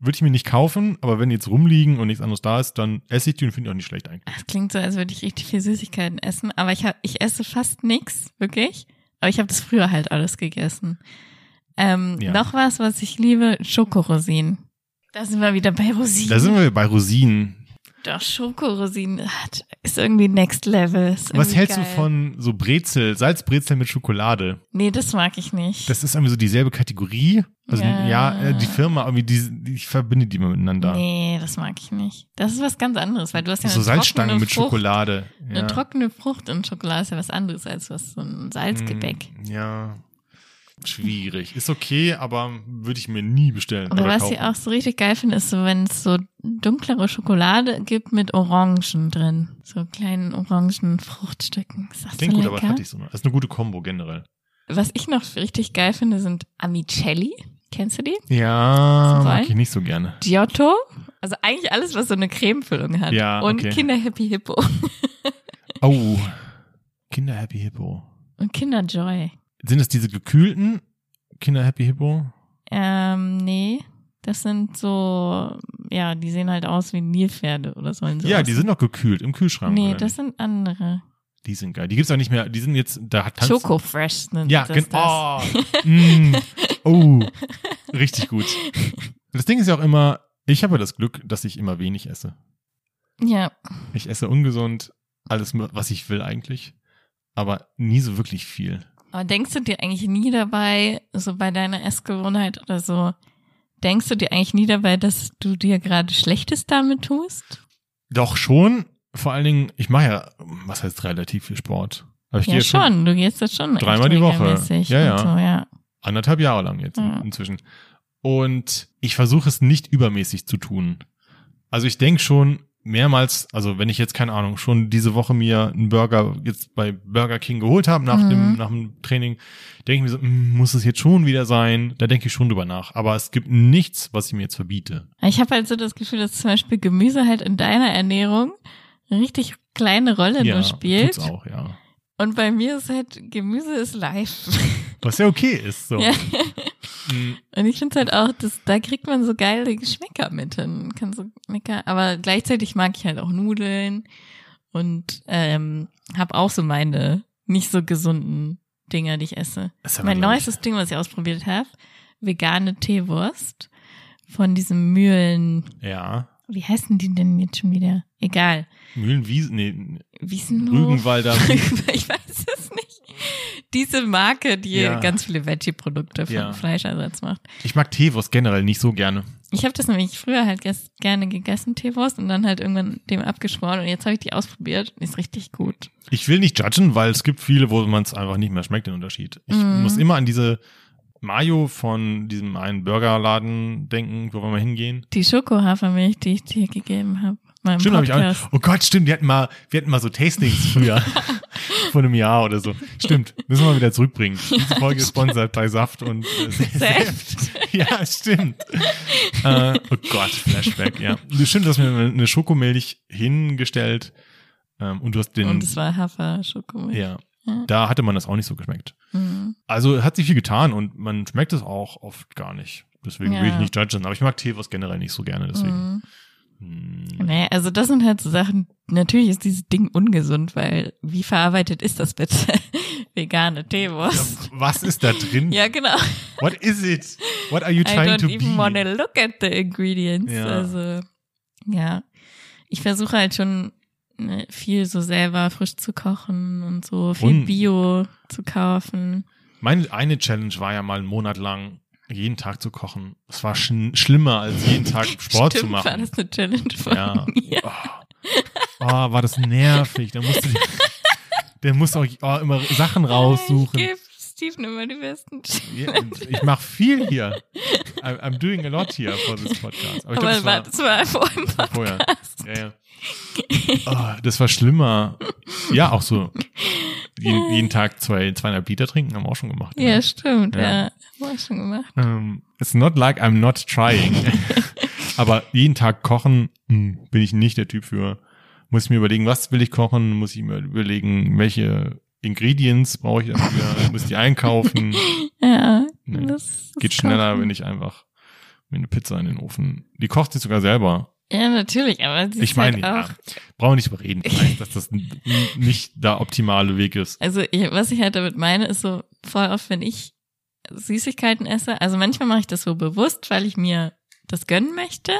[SPEAKER 1] Würde ich mir nicht kaufen, aber wenn die jetzt rumliegen und nichts anderes da ist, dann esse ich die und finde die auch nicht schlecht eigentlich.
[SPEAKER 2] Das klingt so, als würde ich richtig viel Süßigkeiten essen, aber ich, hab, ich esse fast nichts, wirklich. Aber ich habe das früher halt alles gegessen. Ähm,
[SPEAKER 1] Ja.
[SPEAKER 2] Noch was, was ich liebe, Schokorosinen. Da sind wir wieder bei Rosinen.
[SPEAKER 1] Da sind wir bei Rosinen.
[SPEAKER 2] Doch, Schokorosinen hat, ist irgendwie Next Level. Ist
[SPEAKER 1] Was
[SPEAKER 2] irgendwie
[SPEAKER 1] hältst
[SPEAKER 2] Oh, geil.
[SPEAKER 1] du von so Brezel, Salzbrezel mit Schokolade?
[SPEAKER 2] Nee, das mag ich nicht.
[SPEAKER 1] Das ist irgendwie so dieselbe Kategorie. Also
[SPEAKER 2] Ja.
[SPEAKER 1] ja, äh, die Firma, irgendwie die, die, ich verbinde die mal miteinander.
[SPEAKER 2] nee, das mag ich nicht. Das ist was ganz anderes, weil du hast ja
[SPEAKER 1] so
[SPEAKER 2] eine
[SPEAKER 1] Salzstangen
[SPEAKER 2] trockene
[SPEAKER 1] mit
[SPEAKER 2] Frucht.
[SPEAKER 1] Schokolade.
[SPEAKER 2] Eine trockene Frucht und Schokolade ist ja was anderes als was so ein Salzgebäck.
[SPEAKER 1] Mm, Ja. Schwierig. Ist okay, aber würde ich mir nie bestellen.
[SPEAKER 2] Oder
[SPEAKER 1] oder
[SPEAKER 2] was
[SPEAKER 1] kaufen.
[SPEAKER 2] ich auch so richtig geil finde, ist so, wenn es so dunklere Schokolade gibt mit Orangen drin. So kleinen orangen Fruchtstücken. Ist das
[SPEAKER 1] Klingt
[SPEAKER 2] so
[SPEAKER 1] gut,
[SPEAKER 2] lecker?
[SPEAKER 1] aber hatte ich so noch. Das ist eine gute Kombo generell.
[SPEAKER 2] Was ich noch richtig geil finde, sind Amicelli. Kennst du die?
[SPEAKER 1] Ja, mag
[SPEAKER 2] Zum Wein?
[SPEAKER 1] ich nicht so gerne.
[SPEAKER 2] Giotto. Also eigentlich alles, was so eine Cremefüllung hat.
[SPEAKER 1] Ja,
[SPEAKER 2] Und
[SPEAKER 1] okay.
[SPEAKER 2] Kinder Happy Hippo.
[SPEAKER 1] Oh. Kinder Happy Hippo.
[SPEAKER 2] Und Kinder Joy.
[SPEAKER 1] Sind es diese gekühlten Kinder Happy Hippo?
[SPEAKER 2] Ähm, nee. Das sind so, ja, die sehen halt aus wie Nilpferde oder sollen so
[SPEAKER 1] ja,
[SPEAKER 2] aussehen.
[SPEAKER 1] die sind noch gekühlt im Kühlschrank.
[SPEAKER 2] Nee,
[SPEAKER 1] oder
[SPEAKER 2] das sind andere.
[SPEAKER 1] nicht? die sind geil. Die gibt's auch nicht mehr. Die sind jetzt da hat tanzt-
[SPEAKER 2] Choco Fresh nennt
[SPEAKER 1] Ja,
[SPEAKER 2] das das.
[SPEAKER 1] genau. Oh,
[SPEAKER 2] [LAUGHS]
[SPEAKER 1] mm, oh, richtig gut. Das Ding ist ja auch immer, ich habe ja das Glück, dass ich immer wenig esse.
[SPEAKER 2] Ja,
[SPEAKER 1] Ich esse ungesund, alles, was ich will eigentlich, aber nie so wirklich viel.
[SPEAKER 2] aber denkst du dir eigentlich nie dabei, so bei deiner Essgewohnheit oder so, denkst du dir eigentlich nie dabei, dass du dir gerade Schlechtes damit tust?
[SPEAKER 1] Doch schon, vor allen Dingen, ich mache ja, was heißt relativ viel Sport. Aber ich
[SPEAKER 2] ja,
[SPEAKER 1] gehe
[SPEAKER 2] schon. Du gehst jetzt schon echt
[SPEAKER 1] Dreimal die Woche.
[SPEAKER 2] regelmäßig
[SPEAKER 1] Ja,
[SPEAKER 2] und
[SPEAKER 1] ja.
[SPEAKER 2] So, ja.
[SPEAKER 1] anderthalb Jahre lang jetzt
[SPEAKER 2] Ja.
[SPEAKER 1] inzwischen. Und ich versuche es nicht übermäßig zu tun. Also ich denke schon mehrmals, also wenn ich jetzt keine Ahnung, schon diese Woche mir einen Burger jetzt bei Burger King geholt habe nach
[SPEAKER 2] Mhm.
[SPEAKER 1] dem nach dem Training, denke ich mir so, "Mm, muss es jetzt schon wieder sein? Da denke ich schon drüber nach. Aber es gibt nichts, was ich mir jetzt verbiete.
[SPEAKER 2] Ich habe halt so das Gefühl, dass zum Beispiel Gemüse halt in deiner Ernährung eine richtig kleine Rolle nur spielt.
[SPEAKER 1] tut's auch, ja.
[SPEAKER 2] Und bei mir ist halt, Gemüse ist live.
[SPEAKER 1] Was ja okay ist. So.
[SPEAKER 2] Ja.
[SPEAKER 1] Mm,
[SPEAKER 2] [LAUGHS] Und ich finde halt auch, dass, da kriegt man so geile Geschmäcker mit hin. Kann so lecker, aber gleichzeitig mag ich halt auch Nudeln und ähm, habe auch so meine nicht so gesunden Dinger, die ich esse.
[SPEAKER 1] ist aber,
[SPEAKER 2] mein
[SPEAKER 1] glaub ich,
[SPEAKER 2] neuestes Ding, was ich ausprobiert habe, vegane Teewurst von diesem Mühlen.
[SPEAKER 1] Ja.
[SPEAKER 2] Wie heißen die denn jetzt schon wieder? Egal.
[SPEAKER 1] Mühlenwiesen, nee,
[SPEAKER 2] Wiesenhof. [LAUGHS]
[SPEAKER 1] Rügenwalder.
[SPEAKER 2] ich weiß es nicht. Diese Marke, die
[SPEAKER 1] Ja.
[SPEAKER 2] ganz viele Veggie-Produkte von
[SPEAKER 1] Ja.
[SPEAKER 2] Fleischersatz macht.
[SPEAKER 1] Ich mag Teewurst generell nicht so gerne.
[SPEAKER 2] Ich habe das nämlich früher halt ges- gerne gegessen, Teewurst, und dann halt irgendwann dem abgeschworen. Und jetzt habe ich die ausprobiert und die ist richtig gut.
[SPEAKER 1] Ich will nicht judgen, weil es gibt viele, wo man es einfach nicht mehr schmeckt, den Unterschied. Ich
[SPEAKER 2] Mhm.
[SPEAKER 1] muss immer an diese Mayo von diesem einen Burgerladen denken, wo wir mal hingehen.
[SPEAKER 2] Die Schokohafermilch, die ich dir gegeben habe.
[SPEAKER 1] Stimmt, habe ich auch. Oh Gott, stimmt, wir hatten mal, wir hatten mal so Tastings
[SPEAKER 2] [LAUGHS]
[SPEAKER 1] früher. Vor einem Jahr oder so. Stimmt, müssen wir mal wieder
[SPEAKER 2] [LAUGHS]
[SPEAKER 1] zurückbringen. Diese Folge ist gesponsert bei Saft und äh,
[SPEAKER 2] Saft.
[SPEAKER 1] [LAUGHS] ja, stimmt. äh, oh Gott, Flashback, ja. Stimmt, du hast mir eine Schokomilch hingestellt ähm, und du hast den.
[SPEAKER 2] Und es war Hafer-Schokomilch.
[SPEAKER 1] ja,
[SPEAKER 2] Ja.
[SPEAKER 1] da hatte man das auch nicht so geschmeckt.
[SPEAKER 2] Mhm.
[SPEAKER 1] Also hat sich viel getan und man schmeckt es auch oft gar nicht. Deswegen will ich
[SPEAKER 2] Ja.
[SPEAKER 1] nicht judgen, aber ich mag Teewurst generell nicht so gerne, deswegen.
[SPEAKER 2] Mhm.
[SPEAKER 1] Hm.
[SPEAKER 2] Naja, also das sind halt so Sachen, natürlich ist dieses Ding ungesund, weil wie verarbeitet ist das bitte? [LAUGHS] Vegane
[SPEAKER 1] Ja,
[SPEAKER 2] Teewurst.
[SPEAKER 1] was ist da drin?
[SPEAKER 2] Ja, genau.
[SPEAKER 1] What is it? What are you
[SPEAKER 2] I
[SPEAKER 1] trying
[SPEAKER 2] don't
[SPEAKER 1] to
[SPEAKER 2] even wanna
[SPEAKER 1] be?
[SPEAKER 2] look at the ingredients.
[SPEAKER 1] Ja.
[SPEAKER 2] Also, ja. Ich versuche halt schon ne, viel so selber frisch zu kochen und so viel
[SPEAKER 1] Und-
[SPEAKER 2] Bio zu kaufen.
[SPEAKER 1] Meine eine Challenge war ja mal einen Monat lang jeden Tag zu kochen. Es war schn- schlimmer als jeden
[SPEAKER 2] [LAUGHS]
[SPEAKER 1] Tag Sport
[SPEAKER 2] Stimmt,
[SPEAKER 1] zu
[SPEAKER 2] war
[SPEAKER 1] machen.
[SPEAKER 2] das eine Challenge von
[SPEAKER 1] Ja.
[SPEAKER 2] mir.
[SPEAKER 1] Oh, war [LAUGHS] das nervig. Da musste ich, der musste auch oh, immer Sachen
[SPEAKER 2] Ich
[SPEAKER 1] raussuchen.
[SPEAKER 2] geb's Steven immer die besten.
[SPEAKER 1] Ja, Ich mache viel hier. I'm, I'm doing a lot here for this podcast. Aber ich
[SPEAKER 2] Aber
[SPEAKER 1] glaube,
[SPEAKER 2] das war,
[SPEAKER 1] das
[SPEAKER 2] das war vor dem
[SPEAKER 1] war vorher.
[SPEAKER 2] Podcast.
[SPEAKER 1] Ja, ja. Oh, das war schlimmer. Ja, auch so. Jeden, jeden Tag zwei, zweieinhalb Liter trinken haben wir auch schon gemacht.
[SPEAKER 2] Ja, stimmt.
[SPEAKER 1] Ja.
[SPEAKER 2] Ja. Haben wir schon gemacht.
[SPEAKER 1] Ähm, it's not like I'm not trying. Aber jeden Tag kochen hm, bin ich nicht der Typ für. Muss ich mir überlegen, was will ich kochen? Muss ich mir überlegen, welche Ingredients brauche ich dafür? muss ich die einkaufen?
[SPEAKER 2] Ja.
[SPEAKER 1] Nee.
[SPEAKER 2] Das, das
[SPEAKER 1] Geht
[SPEAKER 2] kommt
[SPEAKER 1] schneller,
[SPEAKER 2] hin.
[SPEAKER 1] wenn ich einfach mir eine Pizza in den Ofen. Die kocht sie sogar selber.
[SPEAKER 2] Ja, natürlich, aber sie
[SPEAKER 1] Ich
[SPEAKER 2] ist
[SPEAKER 1] meine,
[SPEAKER 2] halt
[SPEAKER 1] ja,
[SPEAKER 2] auch.
[SPEAKER 1] brauchen wir nicht überreden, ich [LAUGHS] weiß, dass das n- nicht der optimale Weg ist.
[SPEAKER 2] Also ich, was ich halt damit meine, ist so voll oft, wenn ich Süßigkeiten esse. Also manchmal mache ich das so bewusst, weil ich mir das gönnen möchte.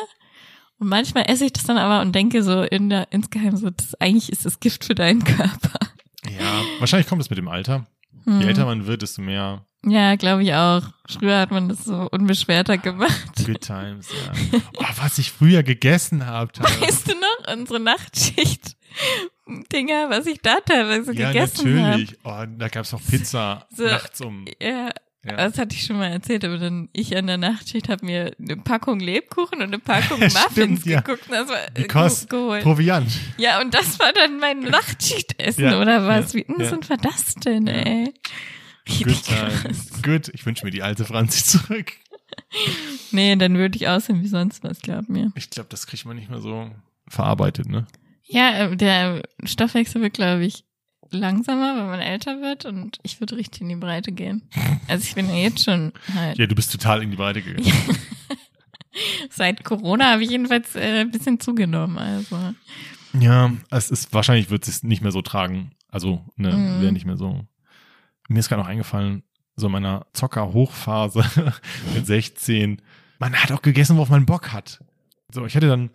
[SPEAKER 2] Und manchmal esse ich das dann aber und denke so in der, insgeheim so, das eigentlich ist das Gift für deinen Körper.
[SPEAKER 1] Ja, Mhm. wahrscheinlich kommt es mit dem Alter.
[SPEAKER 2] Hm.
[SPEAKER 1] Je älter man wird, desto mehr
[SPEAKER 2] Ja, glaube ich auch. Früher hat man das so unbeschwerter gemacht.
[SPEAKER 1] Good Times, [LAUGHS] ja. Oh, was ich früher gegessen habe. teilweise.
[SPEAKER 2] Weißt du noch, unsere Nachtschicht? Dinger, was ich da teilweise
[SPEAKER 1] ja,
[SPEAKER 2] gegessen habe.
[SPEAKER 1] natürlich. Oh, da gab's auch Pizza
[SPEAKER 2] So,
[SPEAKER 1] nachts um.
[SPEAKER 2] Ja,
[SPEAKER 1] Ja.
[SPEAKER 2] das hatte ich schon mal erzählt, aber dann ich an der Nachtschicht habe mir eine Packung Lebkuchen und eine Packung
[SPEAKER 1] Stimmt, [LAUGHS]
[SPEAKER 2] Muffins
[SPEAKER 1] ja.
[SPEAKER 2] geguckt und das war
[SPEAKER 1] Die
[SPEAKER 2] äh,
[SPEAKER 1] Kost-
[SPEAKER 2] ge geholt.
[SPEAKER 1] Proviant.
[SPEAKER 2] ja, und das war dann mein Nachtschichtessen,
[SPEAKER 1] Ja,
[SPEAKER 2] oder was?
[SPEAKER 1] ja,
[SPEAKER 2] Wie denn
[SPEAKER 1] ja.
[SPEAKER 2] sind wir das denn,
[SPEAKER 1] Ja.
[SPEAKER 2] ey?
[SPEAKER 1] Good
[SPEAKER 2] Richtig krass.
[SPEAKER 1] Times. Good. Ich wünsche mir die alte Franzi zurück.
[SPEAKER 2] Nee, dann würde ich aussehen wie sonst was, glaub mir.
[SPEAKER 1] Ich glaube, das kriegt man nicht mehr so verarbeitet, ne?
[SPEAKER 2] Ja, äh, der Stoffwechsel wird, glaube ich, langsamer, wenn man älter wird und ich würde richtig in die Breite gehen. Also ich bin ja jetzt schon halt.
[SPEAKER 1] Ja, du bist total in die Breite gegangen.
[SPEAKER 2] Seit Corona habe ich jedenfalls äh, ein bisschen zugenommen, also.
[SPEAKER 1] Ja, es ist wahrscheinlich wird es nicht mehr so tragen. Also, ne,
[SPEAKER 2] Mhm.
[SPEAKER 1] wäre nicht mehr so. Mir ist gerade noch eingefallen, so in meiner Zocker-Hochphase [LAUGHS] mit 16, man hat auch gegessen, worauf man Bock hat. So, ich hätte
[SPEAKER 2] [LAUGHS]
[SPEAKER 1] dann.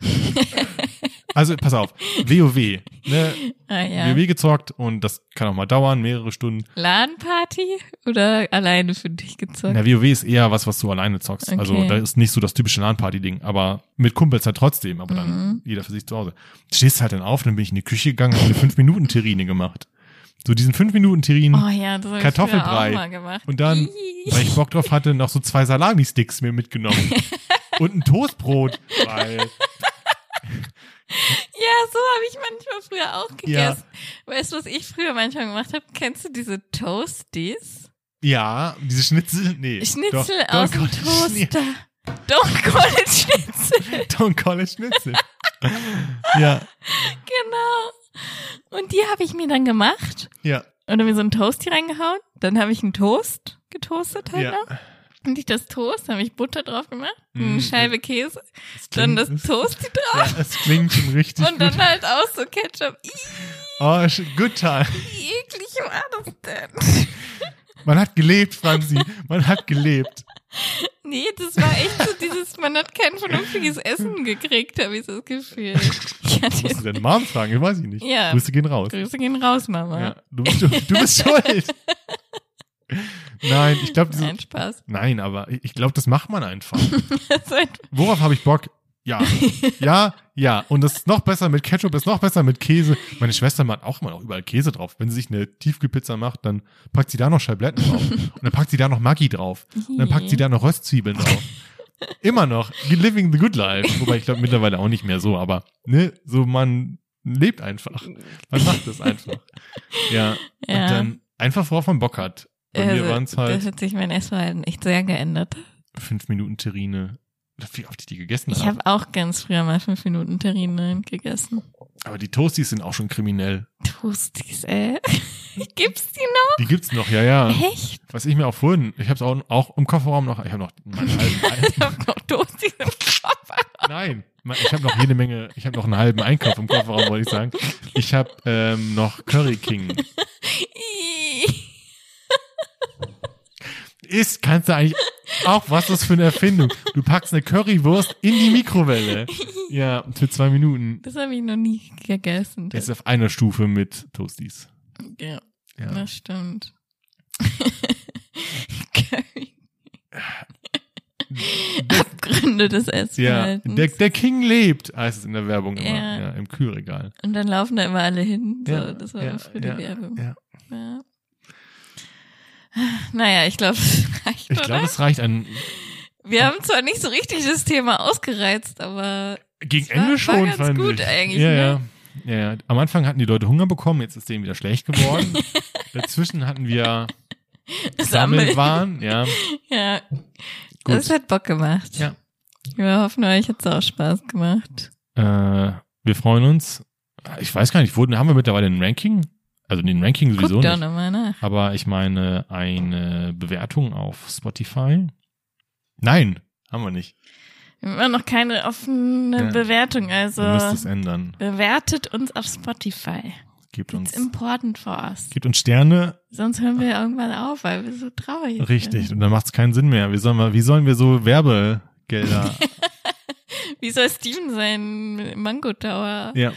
[SPEAKER 1] Also, pass auf, WoW. Ne?
[SPEAKER 2] Ah, ja.
[SPEAKER 1] WoW gezockt und das kann auch mal dauern, mehrere Stunden.
[SPEAKER 2] LAN-Party oder alleine für dich gezockt?
[SPEAKER 1] Na, WoW ist eher was, was du alleine zockst. Also,
[SPEAKER 2] Okay.
[SPEAKER 1] da ist nicht so das typische LAN-Party-Ding, aber mit Kumpels halt trotzdem, aber dann
[SPEAKER 2] Mhm.
[SPEAKER 1] jeder für sich zu Hause. Stehst halt dann auf, dann bin ich in die Küche gegangen, habe eine 5-Minuten-Terrine gemacht. So diesen 5-Minuten-Terrinen,
[SPEAKER 2] oh ja, das habe ich
[SPEAKER 1] Kartoffelbrei.
[SPEAKER 2] früher auch mal gemacht.
[SPEAKER 1] Und dann-
[SPEAKER 2] Ih.
[SPEAKER 1] weil ich Bock drauf hatte, noch so zwei Salami-Sticks mir
[SPEAKER 2] [LAUGHS]
[SPEAKER 1] mitgenommen. und ein Toastbrot, weil,
[SPEAKER 2] Ja, so habe ich manchmal früher auch
[SPEAKER 1] Ja.
[SPEAKER 2] gegessen. Weißt du, was ich früher manchmal gemacht habe? Kennst du diese Toasties?
[SPEAKER 1] ja, diese Schnitzel, nee. doch,
[SPEAKER 2] Schnitzel
[SPEAKER 1] Don't
[SPEAKER 2] aus
[SPEAKER 1] call
[SPEAKER 2] dem
[SPEAKER 1] it [LAUGHS]
[SPEAKER 2] Toaster. [LAUGHS] Don't call it Schnitzel.
[SPEAKER 1] Schni- Don't call it Schnitzel. ja,
[SPEAKER 2] genau. Und die habe ich mir dann gemacht
[SPEAKER 1] ja,
[SPEAKER 2] und dann mir so einen Toast hier reingehauen. Dann habe ich einen Toast getoastet halt
[SPEAKER 1] ja.
[SPEAKER 2] noch. Und ich das Toast, habe ich Butter drauf gemacht,
[SPEAKER 1] Mm.
[SPEAKER 2] eine Scheibe Käse,
[SPEAKER 1] Es
[SPEAKER 2] dann
[SPEAKER 1] klingt-
[SPEAKER 2] das
[SPEAKER 1] es-
[SPEAKER 2] Toast drauf.
[SPEAKER 1] Ja, es klingt schon richtig
[SPEAKER 2] Und dann
[SPEAKER 1] gut.
[SPEAKER 2] halt auch so Ketchup. Ih,
[SPEAKER 1] Oh, sch- good time.
[SPEAKER 2] Wie eklig war das
[SPEAKER 1] [LAUGHS]
[SPEAKER 2] denn?
[SPEAKER 1] Man hat gelebt, Franzi. Man hat
[SPEAKER 2] [LAUGHS]
[SPEAKER 1] gelebt.
[SPEAKER 2] Nee, das war echt so dieses, man hat kein vernünftiges Essen gekriegt, habe ich so das Gefühl. Ich
[SPEAKER 1] Musst du
[SPEAKER 2] hatte,
[SPEAKER 1] deine Mom fragen? Ich weiß ich nicht.
[SPEAKER 2] Ja.
[SPEAKER 1] Grüße gehen raus.
[SPEAKER 2] Grüße gehen raus, Mama.
[SPEAKER 1] Ja, du, bist, du, du bist
[SPEAKER 2] [LAUGHS]
[SPEAKER 1] schuld. Nein, ich glaube,
[SPEAKER 2] Nein, Spaß. [LAUGHS]
[SPEAKER 1] nein, aber ich ich glaube, das macht man einfach.
[SPEAKER 2] Das war-
[SPEAKER 1] Worauf habe ich Bock? Ja, ja, ja. Und das ist noch besser mit Ketchup, ist noch besser mit Käse. Meine Schwester macht auch immer noch überall Käse drauf. Wenn sie sich eine Tiefkühlpizza macht, dann packt sie da noch Scheibletten drauf. Und dann packt sie da noch Maggi drauf. Und dann packt sie da noch Röstzwiebeln
[SPEAKER 2] [LAUGHS]
[SPEAKER 1] drauf. Immer noch living the good life. Wobei ich glaube mittlerweile auch nicht mehr so, aber ne, so man lebt einfach.
[SPEAKER 2] [LAUGHS]
[SPEAKER 1] Man macht das einfach. Ja.
[SPEAKER 2] Ja.
[SPEAKER 1] Und dann einfach worauf man Bock hat. Bei mir
[SPEAKER 2] Also,
[SPEAKER 1] waren es
[SPEAKER 2] Das
[SPEAKER 1] halt
[SPEAKER 2] hat sich mein Essverhalten echt sehr geändert.
[SPEAKER 1] fünf Minuten Terrine. Wie oft ich die gegessen
[SPEAKER 2] Ich
[SPEAKER 1] habe.
[SPEAKER 2] habe auch ganz früher mal fünf Minuten Terrine gegessen.
[SPEAKER 1] Aber die Toasties sind auch schon kriminell. [LAUGHS]
[SPEAKER 2] Toasties, ey. Gibt's die noch?
[SPEAKER 1] Die gibt's noch, ja, ja.
[SPEAKER 2] Echt? [LAUGHS]
[SPEAKER 1] Was ich mir auch vorhin, ich hab's auch, auch im Kofferraum noch, ich habe noch meinen halben,
[SPEAKER 2] Ich hab noch Toasties im Kopf.
[SPEAKER 1] nein, mein- ich habe noch jede Menge, ich habe noch einen halben Einkauf im Kofferraum, wollte ich sagen. Ich habe ähm, noch Curry King
[SPEAKER 2] Ih.
[SPEAKER 1] ist, kannst du eigentlich auch, was ist das für eine Erfindung? Du packst eine Currywurst in die Mikrowelle. Ja, für zwei Minuten.
[SPEAKER 2] Das habe ich noch nie gegessen.
[SPEAKER 1] Das
[SPEAKER 2] Das,
[SPEAKER 1] ist auf einer Stufe mit Toasties.
[SPEAKER 2] ja,
[SPEAKER 1] Ja.
[SPEAKER 2] das stimmt. [LAUGHS] Curry. Abgründe des
[SPEAKER 1] Ja,
[SPEAKER 2] Essverhaltens.
[SPEAKER 1] der, der King lebt, heißt es in der Werbung immer.
[SPEAKER 2] halt, Ja.
[SPEAKER 1] Ja, im Kühlregal.
[SPEAKER 2] Und dann laufen da immer alle hin. So,
[SPEAKER 1] Ja,
[SPEAKER 2] das war
[SPEAKER 1] ja,
[SPEAKER 2] für die
[SPEAKER 1] ja,
[SPEAKER 2] Werbung.
[SPEAKER 1] Ja.
[SPEAKER 2] Ja. Naja, ich glaube, es [LAUGHS] reicht,
[SPEAKER 1] Ich
[SPEAKER 2] oder?
[SPEAKER 1] glaube, es reicht an.
[SPEAKER 2] Wir haben zwar nicht so richtig das Thema ausgereizt, aber
[SPEAKER 1] Gegen
[SPEAKER 2] Es war-
[SPEAKER 1] Ende
[SPEAKER 2] war
[SPEAKER 1] schon,
[SPEAKER 2] ganz
[SPEAKER 1] fand
[SPEAKER 2] gut
[SPEAKER 1] ich.
[SPEAKER 2] eigentlich,
[SPEAKER 1] Ja,
[SPEAKER 2] ne?
[SPEAKER 1] ja. Ja, ja. Am Anfang hatten die Leute Hunger bekommen, jetzt ist denen wieder schlecht
[SPEAKER 2] [LAUGHS]
[SPEAKER 1] geworden. Dazwischen hatten wir
[SPEAKER 2] sammeln.
[SPEAKER 1] Sammelwaren, ja.
[SPEAKER 2] Ja,
[SPEAKER 1] Gut.
[SPEAKER 2] das hat Bock gemacht.
[SPEAKER 1] Ja.
[SPEAKER 2] Wir hoffen, euch hat's auch Spaß gemacht.
[SPEAKER 1] Äh, wir freuen uns. Ich weiß gar nicht, wurden, haben wir mittlerweile ein Ranking? Also den Ranking sowieso
[SPEAKER 2] Guckt doch
[SPEAKER 1] nicht.
[SPEAKER 2] nochmal nach.
[SPEAKER 1] Aber ich meine eine Bewertung auf Spotify. Nein, haben wir nicht.
[SPEAKER 2] Wir haben immer noch keine offene
[SPEAKER 1] Ja.
[SPEAKER 2] Bewertung,
[SPEAKER 1] Wir müssen es
[SPEAKER 2] also
[SPEAKER 1] ändern.
[SPEAKER 2] bewertet uns auf Spotify.
[SPEAKER 1] Gebt uns,
[SPEAKER 2] It's important for us.
[SPEAKER 1] gebt uns Sterne.
[SPEAKER 2] Sonst hören wir irgendwann auf, weil wir so traurig sind.
[SPEAKER 1] Richtig. Und dann macht es keinen Sinn mehr. Wie sollen wir, wie sollen wir so Werbegelder?
[SPEAKER 2] Wie soll Steven sein Mango Tower?
[SPEAKER 1] ja.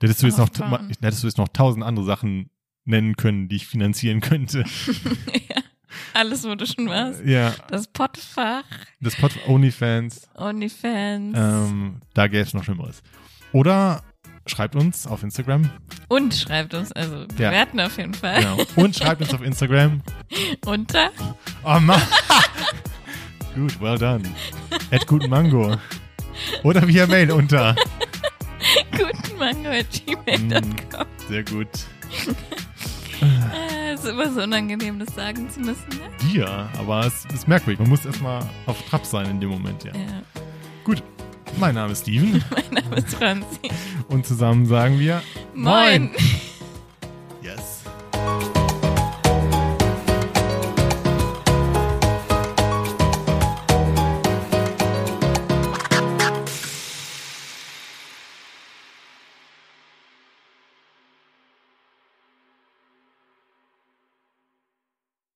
[SPEAKER 1] Da hättest du jetzt noch, da
[SPEAKER 2] Aufbauen.
[SPEAKER 1] hättest du jetzt noch tausend andere Sachen nennen können, die ich finanzieren könnte.
[SPEAKER 2] Ja. Alles, wo du schon warst.
[SPEAKER 1] Ja.
[SPEAKER 2] Das Pottfach,
[SPEAKER 1] Das Pod OnlyFans.
[SPEAKER 2] OnlyFans
[SPEAKER 1] Ähm, da gäbe es noch Schlimmeres. Oder schreibt uns auf Instagram.
[SPEAKER 2] und schreibt uns, also bewerten auf jeden Fall. [LAUGHS]
[SPEAKER 1] Genau. Und schreibt uns auf Instagram.
[SPEAKER 2] Unter
[SPEAKER 1] Oh Mann. [LAUGHS] Gut, well done. At guten Mango. Oder via Mail unter.
[SPEAKER 2] gutenmango.gmail.com.
[SPEAKER 1] Sehr gut.
[SPEAKER 2] Äh, ist immer so unangenehm, das sagen zu müssen, ne?
[SPEAKER 1] Dir, aber es ist merkwürdig. Man muss erstmal auf Trab sein in dem Moment, ja.
[SPEAKER 2] Ja. [LAUGHS]
[SPEAKER 1] Gut. Mein Name ist Steven
[SPEAKER 2] Mein Name ist Franzi.
[SPEAKER 1] und zusammen sagen wir
[SPEAKER 2] Moin.